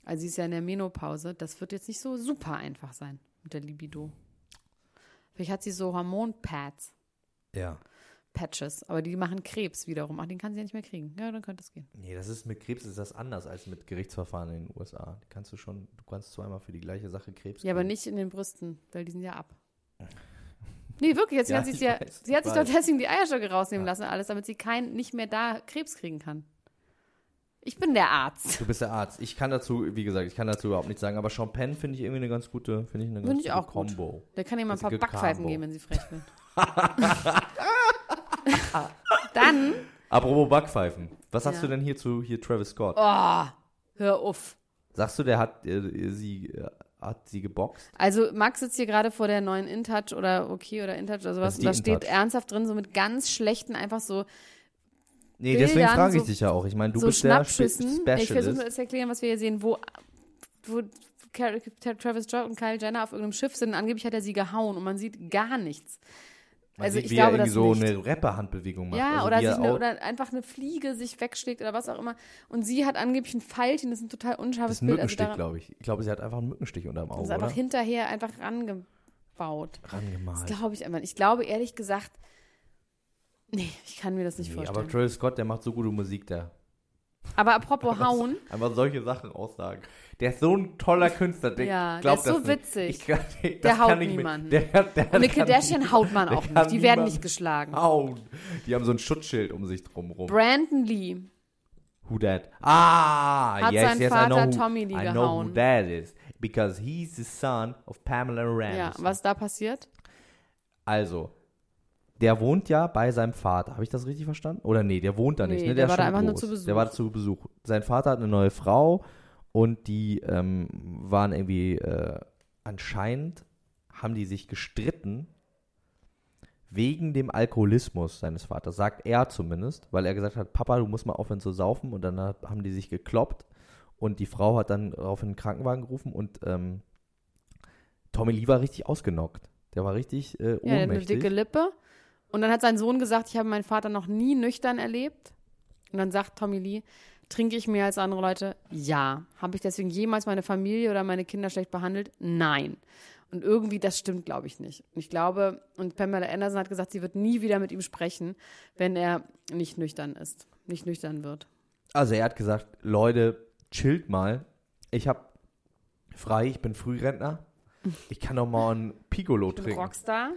S3: also sie ist ja in der Menopause, das wird jetzt nicht so super einfach sein mit der Libido. Vielleicht hat sie so Hormonpads.
S2: Ja.
S3: Patches. Aber die machen Krebs wiederum. Ach, den kann sie ja nicht mehr kriegen. Ja, dann könnte es gehen.
S2: Nee, das ist mit Krebs ist das anders als mit Gerichtsverfahren in den USA. Die kannst du schon, du kannst zweimal für die gleiche Sache Krebs
S3: Ja, aber
S2: kriegen.
S3: nicht in den Brüsten, weil die sind ja ab. Nee, wirklich. Jetzt
S2: Ja,
S3: hat sie,
S2: ich
S3: sie, ja,
S2: weiß,
S3: sie hat sich
S2: ich
S3: doch
S2: weiß.
S3: deswegen die Eierstöcke rausnehmen lassen, alles, damit sie kein, nicht mehr da Krebs kriegen kann. Ich bin der Arzt.
S2: Du bist der Arzt. Ich kann dazu, wie gesagt, ich kann dazu überhaupt nichts sagen, aber Sean Penn finde ich irgendwie eine ganz gute, finde ich eine ganz
S3: Finde ich
S2: gute
S3: auch gut.
S2: Combo.
S3: Der kann ihr mal ein paar
S2: Richtige
S3: Backpfeifen
S2: Combo.
S3: geben, wenn sie frech wird. Dann,
S2: Apropos Backpfeifen. Was sagst
S3: Ja.
S2: du denn hier zu hier Travis Scott?
S3: oh, hör auf.
S2: Sagst du, der hat äh, sie äh, hat sie geboxt?
S3: Also Max sitzt hier gerade vor der neuen InTouch oder okay oder InTouch oder sowas und
S2: ist die
S3: da steht
S2: InTouch.
S3: ernsthaft drin, so mit ganz schlechten, einfach so,
S2: Nee,
S3: Bildern,
S2: deswegen frage ich
S3: so-
S2: dich ja auch. Ich meine, du
S3: so
S2: bist der Spe
S3: Schnappschüssen. Ich versuche
S2: Specialist.
S3: mir zu erklären, was wir hier sehen, wo, wo Car- Tra- Travis Scott und Kyle Jenner auf irgendeinem Schiff sind. Angeblich hat er sie gehauen und man sieht gar nichts.
S2: Man
S3: also
S2: sieht,
S3: ich
S2: wie
S3: glaube
S2: er irgendwie
S3: das
S2: so
S3: nicht.
S2: eine Rapper-Handbewegung macht.
S3: Ja,
S2: also
S3: oder,
S2: wie
S3: sich
S2: er
S3: eine,
S2: auch-
S3: oder einfach eine Fliege sich wegschlägt oder was auch immer. Und sie hat angeblich ein Pfeilchen, das ist ein total unscharfes
S2: das ist ein
S3: Bild.
S2: Mückenstich,
S3: also daran-
S2: glaube ich. Ich glaube, sie hat einfach einen Mückenstich unterm
S3: das
S2: Auge,
S3: ist einfach
S2: Oh, oder?
S3: hinterher einfach rangebaut. Das
S2: Rangemalt.
S3: glaube ich einfach nicht. Ich glaube ehrlich gesagt, nee, ich kann mir das nicht
S2: Nee, aber
S3: vorstellen.
S2: Travis Scott, der macht so gute Musik da.
S3: Aber, apropos Hauen,
S2: Einfach solche Sachen aussagen. Der ist so ein toller Künstler. Der
S3: Ja, der
S2: glaubt
S3: ist so
S2: das nicht.
S3: witzig.
S2: Ich kann, das
S3: Der haut
S2: kann ich mir-
S3: niemanden.
S2: Der, der, der
S3: eine
S2: kann
S3: Kardashian haut man
S2: der
S3: auch
S2: kann
S3: nicht. Die werden
S2: niemand-
S3: nicht
S2: Ah.
S3: geschlagen.
S2: Hauen. Die haben so ein Schutzschild um sich drumrum.
S3: Brandon Lee,
S2: who that? Ah,
S3: Hat
S2: yes,
S3: sein
S2: yes, I
S3: Vater
S2: know who,
S3: Tommy Lee
S2: I know who
S3: gehauen.
S2: that is. Because he's the son of Pamela Rand.
S3: ja, was da passiert?
S2: Also, der wohnt ja bei seinem Vater. Habe ich das richtig verstanden? Oder nee, der wohnt da nicht.
S3: Nee,
S2: ne?
S3: der
S2: ist
S3: war da
S2: schon
S3: einfach nur
S2: groß.
S3: zu Besuch.
S2: Der war zu Besuch. Sein Vater hat eine neue Frau und die ähm, waren irgendwie äh, anscheinend haben die sich gestritten wegen dem Alkoholismus seines Vaters, sagt er zumindest, weil er gesagt hat, Papa, du musst mal aufhören zu saufen und dann hat, haben die sich gekloppt und die Frau hat dann daraufhin einen Krankenwagen gerufen und ähm, Tommy Lee war richtig ausgenockt. Der war richtig
S3: Ja,
S2: äh,
S3: der hat eine
S2: ohnmächtig.
S3: dicke Lippe. Und dann hat sein Sohn gesagt, ich habe meinen Vater noch nie nüchtern erlebt. Und dann sagt Tommy Lee, trinke ich mehr als andere Leute? Ja. Habe ich deswegen jemals meine Familie oder meine Kinder schlecht behandelt? Nein. Und irgendwie, das stimmt, glaube ich, nicht. Und ich glaube, und Pamela Anderson hat gesagt, sie wird nie wieder mit ihm sprechen, wenn er nicht nüchtern ist, nicht nüchtern wird.
S2: Also er hat gesagt, Leute, chillt mal. Ich habe frei, ich bin Frührentner. Ich kann doch mal ein Piccolo
S3: Ein
S2: trinken,
S3: Rockstar.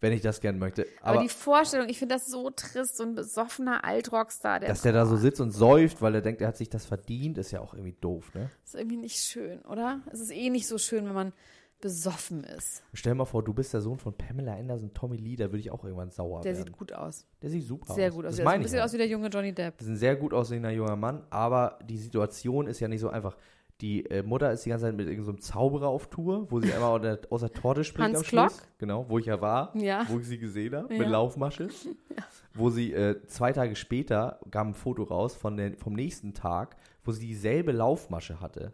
S2: wenn ich das gern möchte.
S3: Aber,
S2: Aber,
S3: die Vorstellung, ich finde das so trist, so ein besoffener Altrockstar, der
S2: dass der da so sitzt und säuft, weil er denkt, er hat sich das verdient, ist ja auch irgendwie doof, ne?
S3: ist irgendwie nicht schön, oder? Es ist eh nicht so schön, wenn man besoffen ist.
S2: Stell dir mal vor, du bist der Sohn von Pamela Anderson, Tommy Lee, da würde ich auch irgendwann sauer
S3: Der
S2: werden.
S3: sieht gut aus.
S2: der sieht super aus.
S3: Sehr gut aus. Der
S2: Das
S3: sieht ein
S2: meine ich
S3: bisschen
S2: ja.
S3: aus wie der junge Johnny Depp.
S2: Das ist ein sehr gut aussehender junger Mann, aber die Situation ist ja nicht so einfach. Die äh, Mutter ist die ganze Zeit mit irgendeinem Zauberer auf Tour, wo sie einmal aus der, aus der Torte springt
S3: Hans
S2: am Schluss.
S3: Klock?
S2: Genau, wo ich ja war,
S3: Ja.
S2: wo ich sie gesehen habe,
S3: Ja.
S2: mit Laufmasche. Wo sie äh, zwei Tage später gab ein Foto raus von den, vom nächsten Tag, wo sie dieselbe Laufmasche hatte.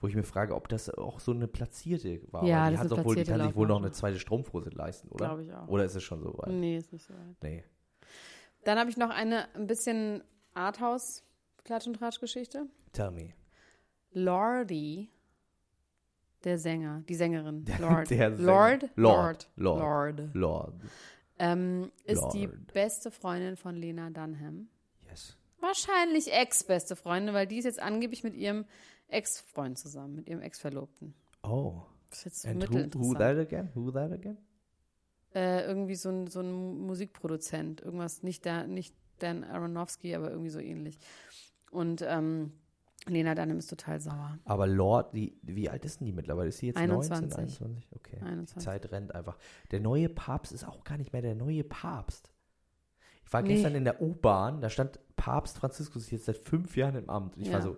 S2: Wo ich mir frage, ob das auch so eine platzierte war.
S3: Ja, das
S2: Weil die
S3: ist
S2: hat
S3: eine
S2: doch wohl, die
S3: platzierte
S2: kann sich wohl noch eine
S3: Laufmasche.
S2: zweite Strumpfhose leisten, oder?
S3: Glaube ich Hm. auch.
S2: Oder ist es schon so weit?
S3: Nee, ist nicht so weit.
S2: Nee.
S3: Dann habe ich noch eine ein bisschen Arthouse-Klatsch- und Tratsch-Geschichte.
S2: Tell me.
S3: Lordi, der Sänger, die Sängerin. Lord.
S2: der Sänger.
S3: Lord.
S2: Lord.
S3: Lord.
S2: Lord.
S3: Lord.
S2: Lord.
S3: Ähm, ist die
S2: Lord.
S3: beste Freundin von Lena Dunham.
S2: Yes.
S3: Wahrscheinlich Ex-beste Freundin, weil die ist jetzt angeblich mit ihrem Ex-Freund zusammen, mit ihrem Ex-Verlobten.
S2: Oh.
S3: Das ist jetzt so
S2: And who, who
S3: mittelinteressant.
S2: that again? Who that again?
S3: äh, irgendwie so ein, so ein Musikproduzent, irgendwas, nicht, der, nicht Dan Aronofsky, aber irgendwie so ähnlich. Und ähm, Lena Dunham ist total sauer.
S2: Aber Lord, die, wie alt ist denn die mittlerweile? Ist sie jetzt 19,
S3: 21?
S2: 21? Okay. Die
S3: 21.
S2: Zeit rennt einfach. Der neue Papst ist auch gar nicht mehr der neue Papst. Ich war
S3: Nee.
S2: gestern in der U-Bahn, da stand Papst Franziskus ist jetzt seit fünf Jahren im Amt. Und ich war
S3: Ja.
S2: so,